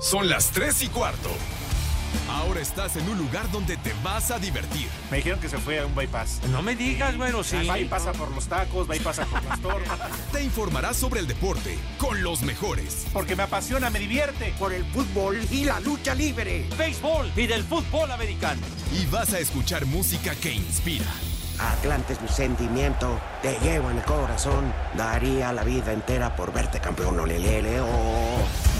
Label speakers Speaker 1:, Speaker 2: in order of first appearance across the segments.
Speaker 1: Son las 3 y cuarto. Ahora estás en un lugar donde te vas a divertir.
Speaker 2: Me dijeron que se fue a un bypass.
Speaker 3: No me digas, bueno, sí.
Speaker 2: Va y pasa por los tacos, va y pasa por las tortas.
Speaker 1: Te informarás sobre el deporte con los mejores.
Speaker 2: Porque me apasiona, me divierte.
Speaker 4: Por el fútbol y la lucha libre.
Speaker 3: Béisbol y del fútbol americano.
Speaker 1: Y vas a escuchar música que inspira.
Speaker 4: Atlante es mi sentimiento, te llevo en el corazón. Daría la vida entera por verte campeón, olelele, oh.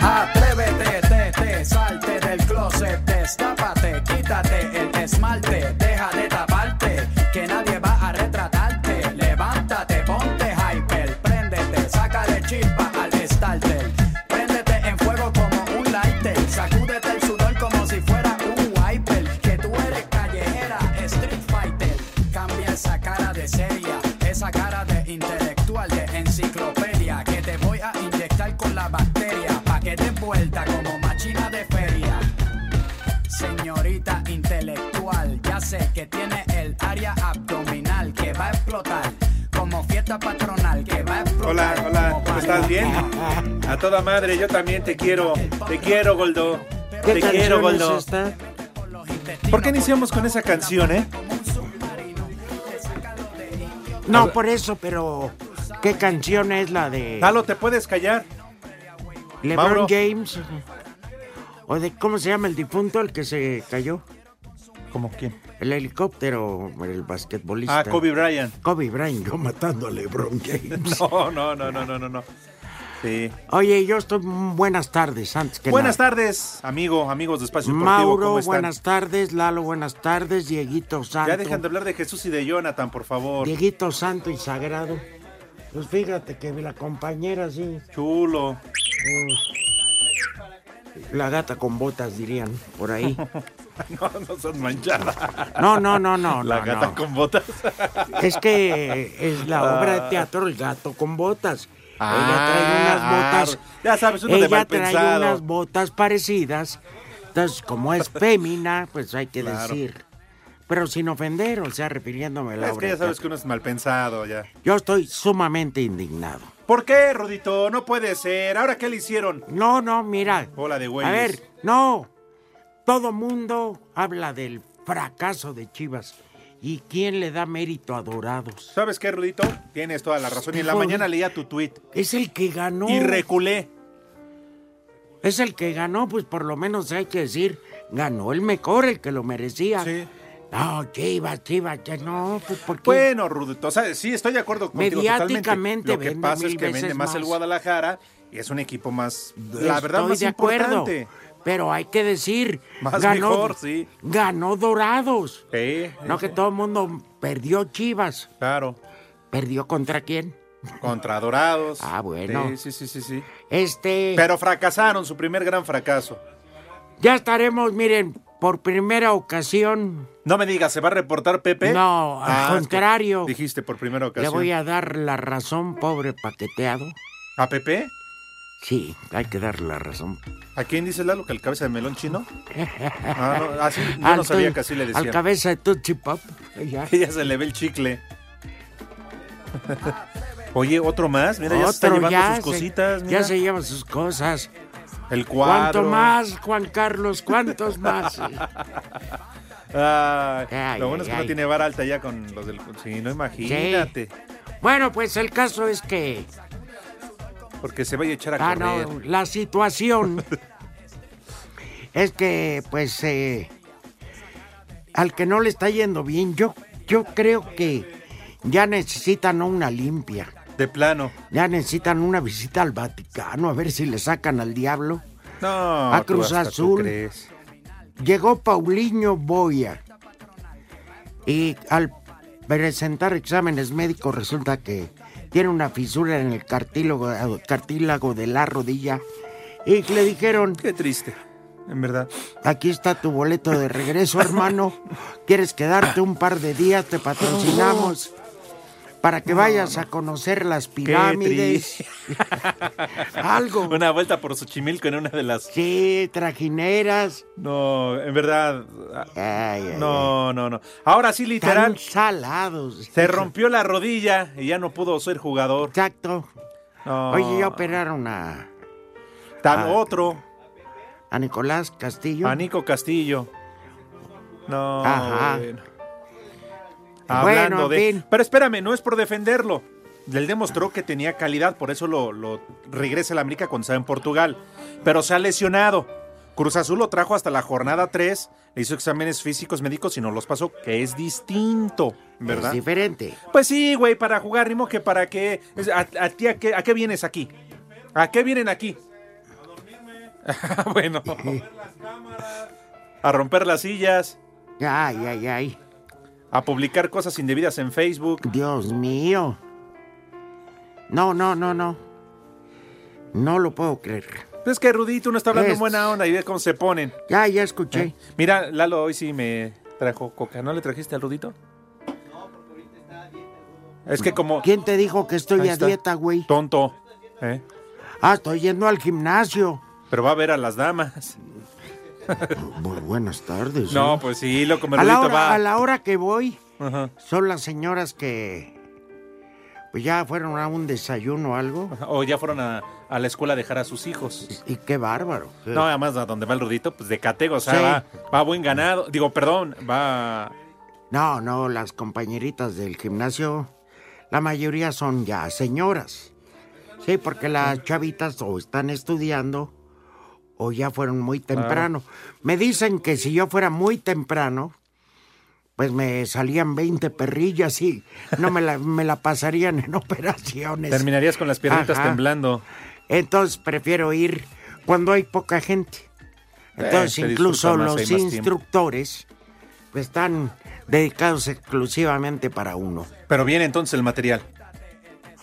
Speaker 5: Atrévete, te, te, salte del closet, destápate, quítate el esmalte, deja de taparte, que nadie va a retratarte. Levántate, ponte hyper, préndete, sácale chispa al starter. Préndete en fuego como un lighter, sacúdete el sudor como si fuera un wiper. Que tú eres callejera, street fighter. Cambia esa cara de seria, esa cara de intelectual, de enciclopedia, que te voy a inyectar con la bacteria, pa' que te vuelta como machina de feria. Señorita intelectual, ya sé que tiene el área abdominal que va a explotar, como fiesta patronal que va a
Speaker 2: Hola,
Speaker 5: explotar.
Speaker 2: hola,
Speaker 5: como
Speaker 2: ¿cómo estás? ¿Bien? A toda madre, yo también te quiero. Te quiero, Goldo.
Speaker 3: ¿Qué
Speaker 2: Te
Speaker 3: canción
Speaker 2: quiero,
Speaker 3: es
Speaker 2: Goldo.
Speaker 3: esta?
Speaker 2: ¿Por qué iniciamos con esa canción, eh?
Speaker 3: No, por eso, pero ¿qué canción es la de
Speaker 2: Lalo, ¿te puedes callar?
Speaker 3: LeBron
Speaker 2: Mauro.
Speaker 3: James? ¿O de cómo se llama el difunto, el que se cayó?
Speaker 2: ¿Como quién?
Speaker 3: El helicóptero, el basquetbolista.
Speaker 2: Ah, Kobe Bryant.
Speaker 3: Kobe Bryant, yo matando a LeBron James.
Speaker 2: No, no, no, no, no, no, no. Sí.
Speaker 3: Oye, yo estoy... mm, Buenas tardes, antes que
Speaker 2: Buenas
Speaker 3: nada.
Speaker 2: tardes, amigo, amigos de Espacio Deportivo. ¿cómo
Speaker 3: Mauro,
Speaker 2: están?
Speaker 3: buenas tardes. Lalo, buenas tardes. Dieguito Santo.
Speaker 2: Ya dejan de hablar de Jesús y de Jonathan, por favor.
Speaker 3: Dieguito Santo y Sagrado. Pues fíjate que la compañera, sí.
Speaker 2: Chulo.
Speaker 3: Pues, La gata con botas, dirían, por ahí.
Speaker 2: No, no son manchadas.
Speaker 3: No, no, no, no.
Speaker 2: La
Speaker 3: no,
Speaker 2: gata
Speaker 3: no.
Speaker 2: con botas.
Speaker 3: Es que es la obra de teatro El gato con botas.
Speaker 2: Ah,
Speaker 3: ella trae unas botas.
Speaker 2: ah, ya sabes, uno de
Speaker 3: ella
Speaker 2: mal
Speaker 3: trae
Speaker 2: pensado.
Speaker 3: unas botas parecidas. Entonces, como es fémina, pues hay que
Speaker 2: Claro.
Speaker 3: decir. Pero sin ofender, o sea, refiriéndome a la
Speaker 2: Es
Speaker 3: obra
Speaker 2: que ya
Speaker 3: de
Speaker 2: sabes
Speaker 3: teatro.
Speaker 2: que uno es mal pensado ya.
Speaker 3: Yo estoy sumamente indignado.
Speaker 2: ¿Por qué, Rudito? No puede ser. ¿Ahora qué le hicieron?
Speaker 3: No, no, mira.
Speaker 2: Bola de
Speaker 3: A
Speaker 2: güeyes.
Speaker 3: ver, no. Todo mundo habla del fracaso de Chivas. ¿Y quién le da mérito a Dorados?
Speaker 2: ¿Sabes qué, Rudito? Tienes toda la razón. Y en la
Speaker 3: Joder.
Speaker 2: mañana leía tu tweet
Speaker 3: Es el que ganó.
Speaker 2: y reculé.
Speaker 3: Es el que ganó, pues por lo menos hay que decir, ganó el mejor, el que lo merecía.
Speaker 2: Sí.
Speaker 3: No, Chivas, Chivas, ya no, pues porque...
Speaker 2: Bueno, Rudito, o sea, sí, estoy de acuerdo contigo
Speaker 3: Mediáticamente
Speaker 2: totalmente. Lo que
Speaker 3: vende
Speaker 2: pasa es
Speaker 3: mil
Speaker 2: que vende
Speaker 3: veces
Speaker 2: más el
Speaker 3: más.
Speaker 2: Guadalajara y es un equipo más, la verdad, más
Speaker 3: de acuerdo.
Speaker 2: importante.
Speaker 3: Pero hay que decir,
Speaker 2: Más
Speaker 3: ganó,
Speaker 2: mejor, sí.
Speaker 3: ganó Dorados.
Speaker 2: Sí,
Speaker 3: No que todo el mundo perdió Chivas.
Speaker 2: claro.
Speaker 3: ¿Perdió contra quién?
Speaker 2: Contra Dorados.
Speaker 3: Ah, bueno.
Speaker 2: Sí, sí, sí, sí, sí.
Speaker 3: Este...
Speaker 2: Pero fracasaron, su primer gran fracaso.
Speaker 3: Ya estaremos, miren, por primera ocasión.
Speaker 2: No me digas, ¿se va a reportar Pepe? Ah,
Speaker 3: No, al
Speaker 2: es que
Speaker 3: contrario.
Speaker 2: Dijiste por primera
Speaker 3: Le
Speaker 2: ocasión.
Speaker 3: voy a dar la razón, pobre paqueteado.
Speaker 2: ¿A Pepe?
Speaker 3: Sí, hay que dar la razón.
Speaker 2: ¿A quién dice Lalo que el cabeza de melón chino? Ah, no, así, yo no
Speaker 3: Al
Speaker 2: sabía
Speaker 3: tu-
Speaker 2: que así le
Speaker 3: Al
Speaker 2: decían.
Speaker 3: cabeza de Tootsie Pop. Ya.
Speaker 2: Ella se le ve el chicle. Oye, otro más. Mira, ya se está
Speaker 3: Otro
Speaker 2: llevando
Speaker 3: ya
Speaker 2: sus
Speaker 3: se-
Speaker 2: cositas. Mira.
Speaker 3: Ya se lleva sus cosas.
Speaker 2: El cuadro.
Speaker 3: ¿Cuánto más, Juan Carlos? ¿Cuántos más?
Speaker 2: Ay,
Speaker 3: Ay,
Speaker 2: lo bueno es que
Speaker 3: ay,
Speaker 2: no
Speaker 3: ay.
Speaker 2: tiene vara alta ya con los del... Sí, no
Speaker 3: Sí.
Speaker 2: imagínate.
Speaker 3: Bueno, pues el caso es que.
Speaker 2: Porque se vaya a echar a
Speaker 3: Ah,
Speaker 2: correr.
Speaker 3: no, la situación es que, pues, eh, al que no le está yendo bien, yo, yo creo que ya necesitan una limpia.
Speaker 2: De plano.
Speaker 3: Ya necesitan una visita al Vaticano, a ver si le sacan al diablo.
Speaker 2: No.
Speaker 3: A
Speaker 2: tú
Speaker 3: Cruz
Speaker 2: hasta tú
Speaker 3: Azul.
Speaker 2: crees.
Speaker 3: Llegó Paulinho Boya y al presentar exámenes médicos resulta que tiene una fisura en el cartílago, cartílago de la rodilla y le dijeron,
Speaker 2: Qué triste. En verdad.
Speaker 3: aquí está tu boleto de regreso hermano, ¿quieres quedarte un par de días? Te patrocinamos para que vayas a conocer las pirámides,
Speaker 2: triste.
Speaker 3: algo,
Speaker 2: Una vuelta por Xochimilco en una de las...
Speaker 3: sí, trajineras,
Speaker 2: No, en verdad. ah,
Speaker 3: Ay, ay,
Speaker 2: No, no, no. Ahora sí,
Speaker 3: ay. tan
Speaker 2: literal.
Speaker 3: salados.
Speaker 2: Se rompió la rodilla y ya no pudo ser jugador.
Speaker 3: Exacto.
Speaker 2: No.
Speaker 3: Oye, ya operaron a,
Speaker 2: Tan otro.
Speaker 3: a Nicolás Castillo.
Speaker 2: A Nico Castillo. No.
Speaker 3: Ajá.
Speaker 2: bueno. Hablando
Speaker 3: Bueno, en
Speaker 2: de.
Speaker 3: fin.
Speaker 2: Pero espérame, no es por defenderlo. Él demostró que tenía calidad, por eso lo, lo regresa a la América cuando estaba en Portugal. Pero se ha lesionado. Cruz Azul lo trajo hasta la jornada 3, le hizo exámenes físicos médicos y no los pasó, que es distinto, ¿verdad?
Speaker 3: Es diferente.
Speaker 2: Pues sí, güey, para jugar, Rimo, que para qué. Es- ¿A, a ti a qué, a qué vienes aquí? ¿A qué vienen aquí? Ah, bueno. A romper las sillas,
Speaker 3: Ay, ay, ay.
Speaker 2: a publicar cosas indebidas en Facebook.
Speaker 3: Dios mío. No, no, no, no. No lo puedo creer.
Speaker 2: Es que Rudito no está hablando en
Speaker 3: Es-
Speaker 2: buena onda y ve cómo se ponen. ¿Eh?
Speaker 3: Ya, ya escuché.
Speaker 2: Mira, Lalo hoy sí me trajo coca. ¿No le trajiste al Rudito? No, porque ahorita está a dieta. Es que como...
Speaker 3: ¿Quién te dijo que estoy
Speaker 2: Ahí
Speaker 3: a
Speaker 2: está.
Speaker 3: dieta, güey?
Speaker 2: Tonto. ¿eh?
Speaker 3: Ah, estoy yendo al gimnasio.
Speaker 2: Pero va a ver a las damas.
Speaker 3: Muy buenas tardes.
Speaker 2: No,
Speaker 3: ¿eh?
Speaker 2: pues sí, loco, mi
Speaker 3: a, la
Speaker 2: Rudito
Speaker 3: hora,
Speaker 2: va.
Speaker 3: a la hora que voy,
Speaker 2: Ajá.
Speaker 3: son las señoras que pues ya fueron a un desayuno o algo.
Speaker 2: O ya fueron a, a la escuela a dejar a sus hijos.
Speaker 3: Y qué bárbaro.
Speaker 2: No, además a donde va el rudito, pues de catego, o sea,
Speaker 3: Sí.
Speaker 2: va, va buen ganado. Digo, perdón, va...
Speaker 3: No, no, las compañeritas del gimnasio, la mayoría son ya señoras. Sí, porque las chavitas o están estudiando o ya fueron muy temprano. Me dicen que si yo fuera muy temprano, pues me salían 20 perrillas y no me la, me la pasarían en operaciones.
Speaker 2: Terminarías con las piernitas
Speaker 3: Ajá.
Speaker 2: temblando.
Speaker 3: Entonces pues, prefiero ir cuando hay poca gente. Entonces
Speaker 2: Eh, se
Speaker 3: incluso
Speaker 2: disfruta más,
Speaker 3: los
Speaker 2: hay más tiempo.
Speaker 3: instructores pues, están dedicados exclusivamente para uno.
Speaker 2: Pero viene entonces el material.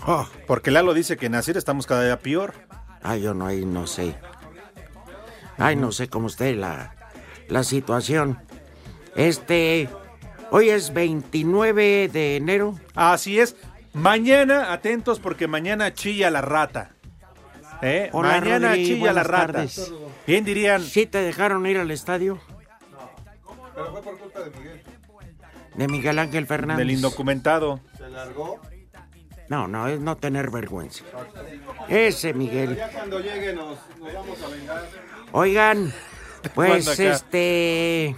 Speaker 3: Oh,
Speaker 2: Porque Lalo dice que en Nacir estamos cada día peor.
Speaker 3: ay, yo no, ahí no sé. Ay, no sé cómo esté la, la situación. Este, hoy es 29 de enero.
Speaker 2: Así es. Mañana, atentos, porque mañana chilla la rata. ¿Eh?
Speaker 3: Hola,
Speaker 2: mañana
Speaker 3: Rodri,
Speaker 2: chilla la
Speaker 3: buenas
Speaker 2: rata.
Speaker 3: tardes.
Speaker 2: Bien dirían,
Speaker 3: ¿Sí te dejaron ir al estadio? No. Pero fue por culpa de Miguel. De Miguel Ángel Fernández.
Speaker 2: del indocumentado.
Speaker 3: No, no, es no tener vergüenza. Ese, Miguel. Oigan,
Speaker 2: Manda
Speaker 3: pues
Speaker 2: acá.
Speaker 3: este.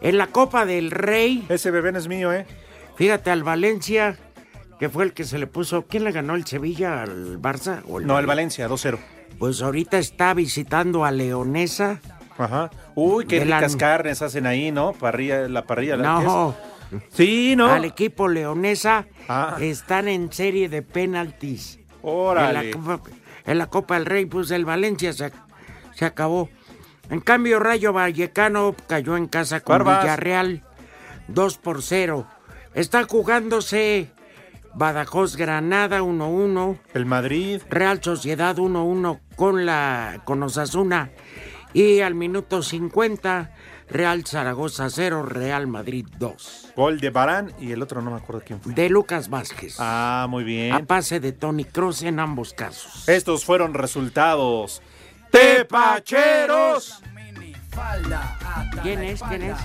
Speaker 3: En la Copa del Rey,
Speaker 2: Ese bebé no es mío, ¿eh?
Speaker 3: fíjate al Valencia, que fue el que se le puso. ¿Quién le ganó el Sevilla al Barça? ¿O
Speaker 2: No, el Valencia, 2-0.
Speaker 3: Pues ahorita está visitando a Leonesa.
Speaker 2: Ajá. Uy, qué
Speaker 3: De la-
Speaker 2: ricas carnes hacen ahí, ¿no? Parrilla, la parrilla. ¿la
Speaker 3: No,
Speaker 2: qué es? Sí, ¿no?
Speaker 3: al equipo Leonesa
Speaker 2: Ah.
Speaker 3: están en serie de penaltis. En la,
Speaker 2: Órale.
Speaker 3: Copa, en la Copa del Rey, pues el Valencia se, se acabó. En cambio, Rayo Vallecano cayó en casa con
Speaker 2: Barbas.
Speaker 3: Villarreal 2 por 0. Está jugándose Badajoz Granada 1-1,
Speaker 2: El Madrid.
Speaker 3: Real Sociedad 1-1 con la con Osasuna y al minuto 50 Real Zaragoza 0, Real Madrid 2.
Speaker 2: Gol de Barán y el otro no me acuerdo quién fue.
Speaker 3: De Lucas Vázquez.
Speaker 2: Ah, muy
Speaker 3: A
Speaker 2: bien.
Speaker 3: pase de Tony Cross en ambos casos.
Speaker 2: Estos fueron resultados. ¡Tepacheros!
Speaker 3: ¿Quién es? ¿Quién es?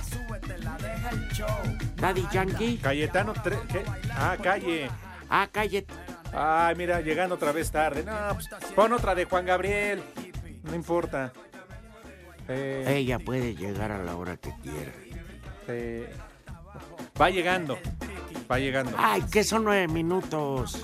Speaker 3: Daddy Yankee.
Speaker 2: Cayetano, tre- ¿qué? Ah, calle.
Speaker 3: Ah, calle.
Speaker 2: Ay, mira, llegando otra vez tarde. No, pues, pon otra de Juan Gabriel. No importa. Este, Eh,
Speaker 3: Ella puede llegar a la hora que quiera.
Speaker 2: eh, va llegando. Va llegando.
Speaker 3: Ay, que son nueve minutos.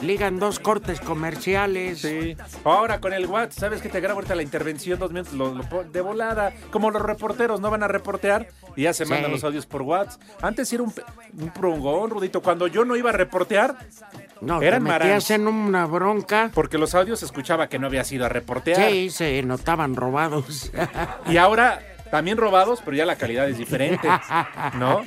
Speaker 3: Ligan dos cortes comerciales.
Speaker 2: Sí. Ahora con el WhatsApp, ¿sabes que te grabo ahorita la intervención dos minutos? Lo- lo pon- de volada. Como los reporteros no van a reportear y ya se
Speaker 3: Sí.
Speaker 2: mandan los audios por WhatsApp. Antes era un, pe- un prongón, Rudito. Cuando yo no iba a reportear,
Speaker 3: No,
Speaker 2: Eran
Speaker 3: te metías
Speaker 2: marans.
Speaker 3: en una bronca.
Speaker 2: porque los audios se escuchaba que no había sido a reportear.
Speaker 3: Sí, se notaban robados.
Speaker 2: Y ahora también robados, pero ya la calidad es diferente. ¿No?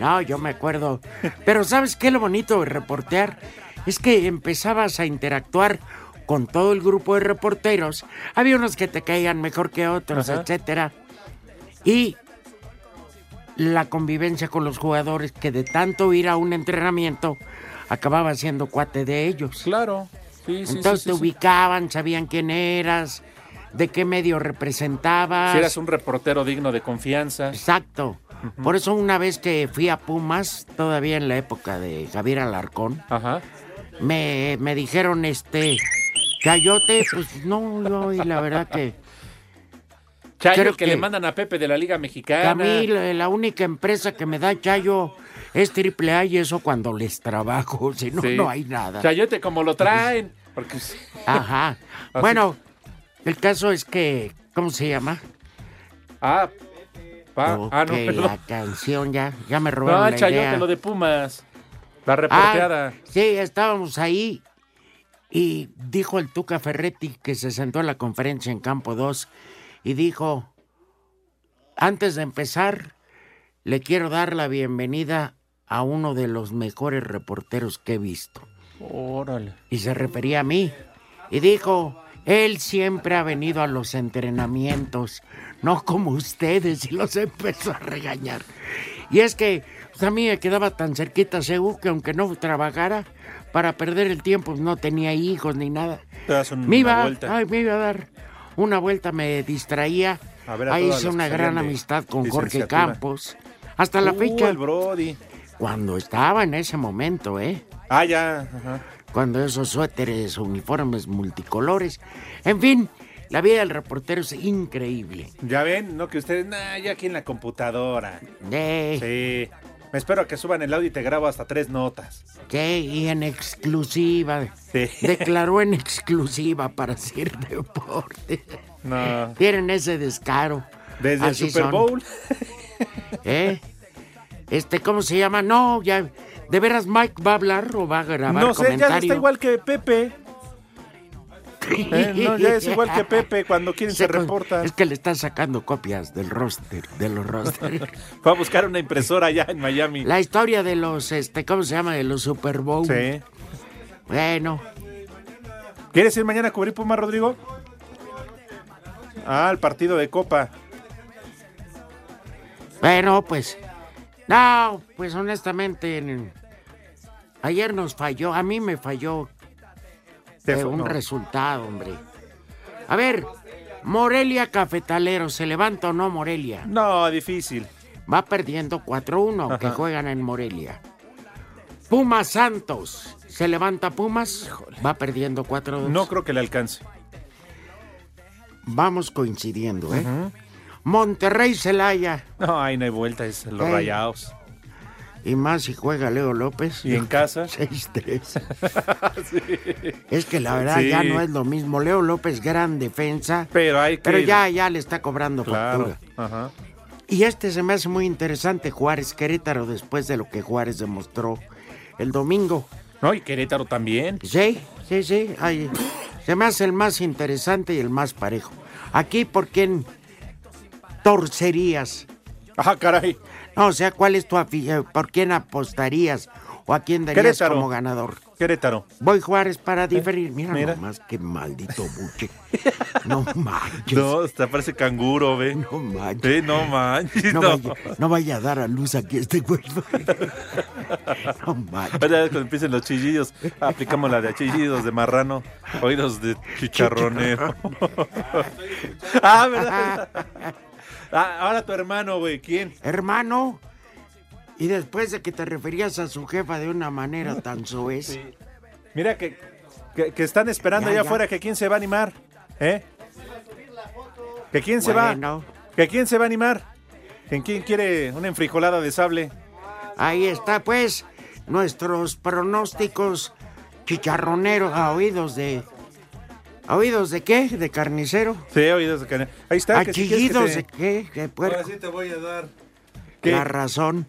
Speaker 3: No, yo me acuerdo. Pero ¿sabes qué? Lo bonito de reportear es que empezabas a interactuar con todo el grupo de reporteros. Había unos que te caían mejor que otros,
Speaker 2: Ajá.
Speaker 3: etcétera. Y la convivencia con los jugadores que de tanto ir a un entrenamiento acababa siendo cuate de ellos.
Speaker 2: Claro. Sí, sí, sí,
Speaker 3: Entonces
Speaker 2: sí,
Speaker 3: te
Speaker 2: sí.
Speaker 3: ubicaban, sabían quién eras, de qué medio representabas.
Speaker 2: Si eras un reportero digno de confianza.
Speaker 3: Exacto. Por eso una vez que fui a Pumas, todavía en la época de Javier Alarcón,
Speaker 2: Ajá.
Speaker 3: me, me dijeron, este, Chayote, pues no, yo, y la verdad que,
Speaker 2: Chayo,
Speaker 3: Creo
Speaker 2: que,
Speaker 3: que-
Speaker 2: le mandan a Pepe de la Liga
Speaker 3: que
Speaker 2: Mexicana.
Speaker 3: a mí la, la única empresa que me da Chayo es triple A y eso cuando les trabajo, si no,
Speaker 2: Sí.
Speaker 3: no hay nada. Pues
Speaker 2: Chayote, como lo traen. Porque pues, sí.
Speaker 3: Ajá. Bueno, el caso es que, ¿cómo se llama?
Speaker 2: Ah, pa- ah, no,
Speaker 3: Que
Speaker 2: perdón.
Speaker 3: la canción ya, ya me robaron
Speaker 2: No,
Speaker 3: la
Speaker 2: Chayote,
Speaker 3: idea.
Speaker 2: lo de Pumas. La
Speaker 3: Ah,
Speaker 2: reporteada.
Speaker 3: sí, estábamos ahí y dijo el Tuca Ferretti que se sentó a la conferencia en Campo 2 y dijo, antes de empezar, le quiero dar la bienvenida a uno de los mejores reporteros que he visto.
Speaker 2: Órale.
Speaker 3: Y se refería a mí. Y dijo, él siempre ha venido a los entrenamientos, no como ustedes, y los empezó a regañar. Y es que pues, a mí me quedaba tan cerquita Seúl que aunque no trabajara, para perder el tiempo pues, no tenía hijos ni nada.
Speaker 2: Te das un-
Speaker 3: me,
Speaker 2: una
Speaker 3: iba,
Speaker 2: Mm, vuelta.
Speaker 3: ay, me iba a dar una vuelta, me distraía.
Speaker 2: A ver a
Speaker 3: Ahí
Speaker 2: todas
Speaker 3: hice
Speaker 2: las
Speaker 3: una
Speaker 2: que
Speaker 3: gran
Speaker 2: salían de
Speaker 3: amistad con Jorge
Speaker 2: licenciatura.
Speaker 3: Campos. Hasta la
Speaker 2: Uh,
Speaker 3: fecha,
Speaker 2: el Brody.
Speaker 3: cuando estaba en ese momento, ¿eh?
Speaker 2: Ah, ya. ajá.
Speaker 3: cuando esos suéteres, uniformes multicolores. En fin, la vida del reportero es increíble.
Speaker 2: Ya ven, ¿no? Que ustedes, nah, ya aquí en la computadora.
Speaker 3: De,
Speaker 2: Sí. Me espero a que suban el audio y te grabo hasta tres notas.
Speaker 3: de- y en exclusiva.
Speaker 2: Sí.
Speaker 3: Declaró en exclusiva para Sir Deporte.
Speaker 2: No.
Speaker 3: Tienen ese descaro.
Speaker 2: Desde
Speaker 3: Así
Speaker 2: el Super
Speaker 3: son,
Speaker 2: Bowl.
Speaker 3: ¿eh? Este, ¿cómo se llama? No, ya. ¿De veras Mike va a hablar o va a grabar
Speaker 2: No sé, ya
Speaker 3: comentario?
Speaker 2: está igual que Pepe. Eh, no, ya es igual que Pepe cuando quieren se
Speaker 3: con-
Speaker 2: reporta.
Speaker 3: Es que le están sacando copias del roster, de los rosters.
Speaker 2: Fue a buscar una impresora allá en Miami.
Speaker 3: La historia de los, este, ¿cómo se llama? De los Super Bowl.
Speaker 2: Sí.
Speaker 3: Bueno,
Speaker 2: ¿Quieres ir mañana a cubrir Puma, Rodrigo? Ah, el partido de Copa.
Speaker 3: bueno, pues. No, pues honestamente. en- Ayer nos falló, a mí me falló
Speaker 2: Te
Speaker 3: eh,
Speaker 2: fue-
Speaker 3: un
Speaker 2: no.
Speaker 3: resultado, hombre. A ver, Morelia Cafetalero, ¿se levanta o no Morelia?
Speaker 2: No, difícil.
Speaker 3: Va perdiendo 4-1, que juegan en Morelia. Pumas Santos, ¿se levanta Pumas? Va perdiendo 4-2.
Speaker 2: No creo que le alcance.
Speaker 3: Vamos coincidiendo, ¿eh? Monterrey Celaya.
Speaker 2: No, ahí no hay vuelta, es los
Speaker 3: Ey.
Speaker 2: rayados.
Speaker 3: Y más si juega Leo López.
Speaker 2: ¿Y en casa?
Speaker 3: 6-3. Es que la verdad
Speaker 2: Sí.
Speaker 3: ya no es lo mismo. Leo López, gran defensa.
Speaker 2: Pero hay que
Speaker 3: Pero
Speaker 2: ir.
Speaker 3: ya, ya le está cobrando
Speaker 2: Claro.
Speaker 3: factura.
Speaker 2: Ajá.
Speaker 3: Y este se me hace muy interesante, Juárez Querétaro, después de lo que Juárez demostró el domingo.
Speaker 2: No, y Querétaro también.
Speaker 3: Sí, sí, sí. ay, se me hace el más interesante y el más parejo. Aquí, ¿por quién torcerías?
Speaker 2: Ajá, Ah, caray.
Speaker 3: No, o sea, ¿cuál es tu afi- eh, ¿Por quién apostarías? ¿O a quién darías
Speaker 2: Querétaro.
Speaker 3: como ganador?
Speaker 2: Querétaro.
Speaker 3: Voy Juárez para diferir. Mira,
Speaker 2: mira.
Speaker 3: nomás que maldito buche. No manches. No,
Speaker 2: No, hasta parece canguro, ve. No
Speaker 3: manches.
Speaker 2: Eh, no manches. No.
Speaker 3: vaya, no vaya a dar a luz aquí este güey. No manches.
Speaker 2: Ahora cuando empiecen los chillidos, aplicamos la de chillidos de marrano, oídos de chicharronero. ah, ¿verdad? Ah, ahora tu hermano, güey, ¿quién?
Speaker 3: Hermano, y después de que te referías a su jefa de una manera tan soez,
Speaker 2: Mira que, que, que están esperando
Speaker 3: Ya,
Speaker 2: allá
Speaker 3: ya.
Speaker 2: afuera que quién se va a animar, ¿eh? ¿Que quién se
Speaker 3: Bueno.
Speaker 2: va? ¿Que quién se va a animar? ¿En quién quiere una enfrijolada de sable?
Speaker 3: Ahí está, pues, nuestros pronósticos chicharroneros a oídos de. ¿A oídos de qué? ¿De carnicero?
Speaker 2: Sí, oídos de canela. Ahí está.
Speaker 3: ¿A
Speaker 2: que si quieres que
Speaker 3: chillidos
Speaker 2: te-
Speaker 3: de qué? ¿De puerco?
Speaker 2: te voy a dar. ¿Qué?
Speaker 3: La razón.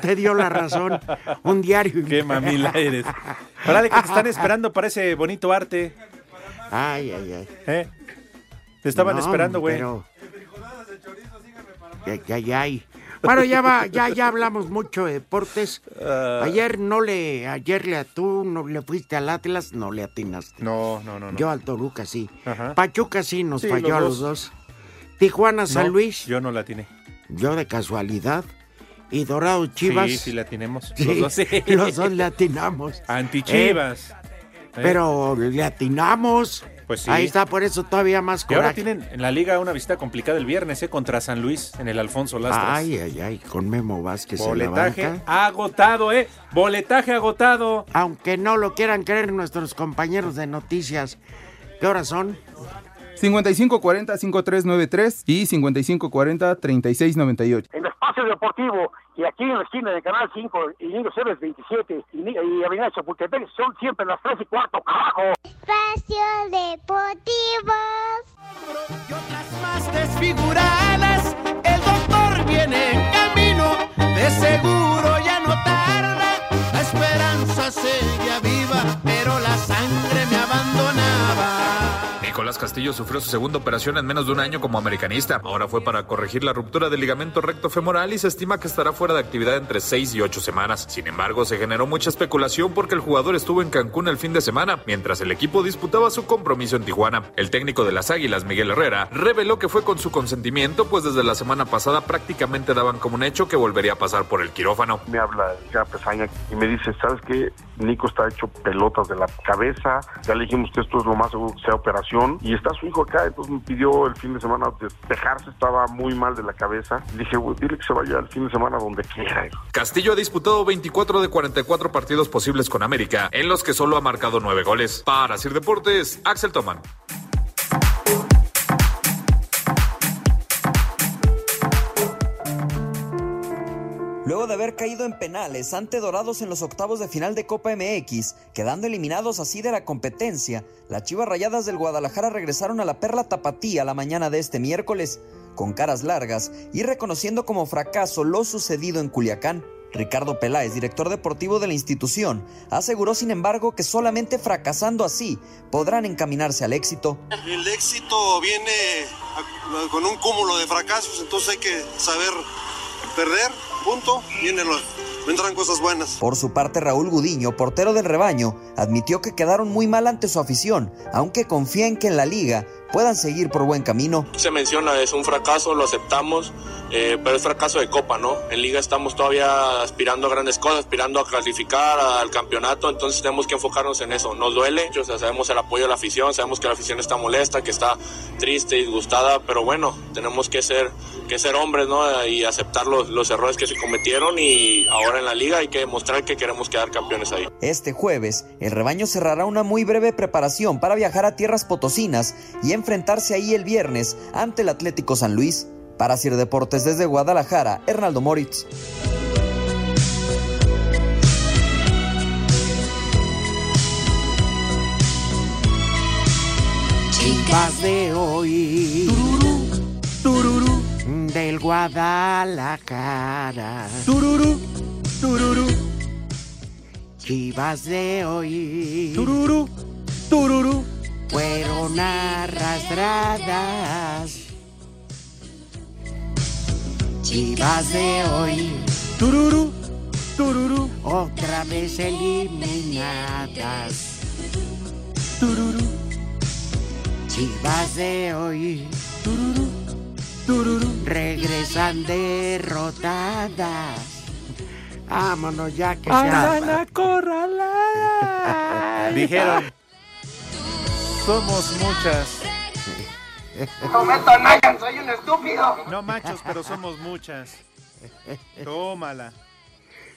Speaker 3: Te dio la razón. Un diario.
Speaker 2: Qué mamila eres. Órale, que te están esperando para ese bonito arte.
Speaker 3: Ay, ay, ay.
Speaker 2: ¿eh? Te estaban
Speaker 3: No,
Speaker 2: esperando, güey.
Speaker 3: pero- Ay, ay, ay. Bueno, ya va, ya, ya hablamos mucho de deportes.
Speaker 2: Ah.
Speaker 3: Ayer no le, ayer le tú no le fuiste al Atlas, no le atinaste.
Speaker 2: No, no, no. no.
Speaker 3: Yo al Toluca sí.
Speaker 2: Ajá.
Speaker 3: Pachuca sí nos
Speaker 2: Sí,
Speaker 3: falló
Speaker 2: los
Speaker 3: a
Speaker 2: dos.
Speaker 3: los dos. Tijuana, San
Speaker 2: No,
Speaker 3: Luis, yo.
Speaker 2: Yo no la tiene.
Speaker 3: de casualidad. Y Dorado Chivas.
Speaker 2: Sí, sí la tenemos.
Speaker 3: Sí,
Speaker 2: Los dos. sí.
Speaker 3: los dos le atinamos. Eh,
Speaker 2: Antichivas.
Speaker 3: pero le atinamos.
Speaker 2: Pues sí.
Speaker 3: Ahí está, por eso todavía más
Speaker 2: Y ahora
Speaker 3: coraje.
Speaker 2: tienen en la liga una visita complicada el viernes, ¿eh? Contra San Luis en el Alfonso Lastras.
Speaker 3: Ay, ay, ay, con Memo Vázquez en la
Speaker 2: Boletaje
Speaker 3: banca.
Speaker 2: agotado, ¿eh? Boletaje agotado.
Speaker 3: Aunque no lo quieran creer nuestros compañeros de noticias, ¿qué horas son?
Speaker 6: 5540-5393 y 5540-3698.
Speaker 7: En el espacio deportivo y aquí en la esquina de Canal 5 y Niños Héroes 27 y, Ni- y Avenida Chapultepec son siempre las 3 y cuarto, carajo.
Speaker 8: Espacio Deportivo.
Speaker 5: más desfiguradas, el doctor viene en este camino, de seguro ya no tarda, la esperanza seguía viva, pero la sangre me abandonaba.
Speaker 9: Nicolás Castillo sufrió su segunda operación en menos de un año como americanista. Ahora fue para corregir la ruptura del ligamento recto femoral y se estima que estará fuera de actividad entre 6 y 8 semanas. Sin embargo, se generó mucha especulación porque el jugador estuvo en Cancún el fin de semana, mientras el equipo disputaba su compromiso en Tijuana. El técnico de las Águilas, Miguel Herrera, reveló que fue con su consentimiento, pues desde la semana pasada prácticamente daban como un hecho que volvería a pasar por el quirófano.
Speaker 10: Me habla ya Pesaña y me dice, ¿sabes qué? Nico está hecho pelotas de la cabeza, ya le dijimos que esto es lo más seguro que sea operación y está su hijo acá, entonces me pidió el fin de semana despejarse, estaba muy mal de la cabeza. Dije, "Güey, dile que se vaya el fin de semana donde quiera. hijo".
Speaker 9: Castillo ha disputado 24 de 44 partidos posibles con América, en los que solo ha marcado 9 goles. Para Sir Deportes, Axel Toman.
Speaker 11: Luego de haber caído en penales ante Dorados en los octavos de final de Copa MX, quedando eliminados así de la competencia, las Chivas Rayadas del Guadalajara regresaron a la Perla Tapatía la mañana de este miércoles, con caras largas y reconociendo como fracaso lo sucedido en Culiacán. Ricardo Peláez, director deportivo de la institución, aseguró sin embargo que solamente fracasando así podrán encaminarse al éxito.
Speaker 12: El éxito viene a- con un cúmulo de fracasos, entonces hay que saber perder, punto, vienen los, vendrán cosas buenas.
Speaker 11: Por su parte, Raúl Gudiño, portero del rebaño, admitió que quedaron muy mal ante su afición, aunque confía en que en la liga puedan seguir por buen camino.
Speaker 13: se menciona, es un fracaso, lo aceptamos, eh, pero es fracaso de copa, ¿no? En liga estamos todavía aspirando a grandes cosas, aspirando a clasificar al campeonato, entonces tenemos que enfocarnos en eso. Nos duele, o sea, sabemos el apoyo de la afición, sabemos que la afición está molesta, que está triste, disgustada, pero bueno, tenemos que ser, que ser hombres, ¿no? Y aceptar los, los errores que se cometieron y ahora en la liga hay que demostrar que queremos quedar campeones ahí.
Speaker 11: Este jueves, el rebaño cerrará una muy breve preparación para viajar a tierras potosinas y enfrentarse ahí el viernes ante el Atlético San Luis. Para Sir Deportes desde Guadalajara, Hernaldo Moritz.
Speaker 3: Chivas de hoy. Tururú. Del Guadalajara. Tururú. Tururú. Chivas de hoy. Tururú. Tururú. Fueron arrastradas. Chivas de hoy. Tururú. Tururú. Otra vez eliminadas. Tururú. Chivas de hoy. Tururú, tururú. Regresan derrotadas. Vámonos ya que
Speaker 2: Andan
Speaker 3: se
Speaker 2: acorraladas. Dijeron. Somos muchas.
Speaker 5: No metan Nayan, soy un estúpido.
Speaker 2: No machos, pero somos muchas. Tómala.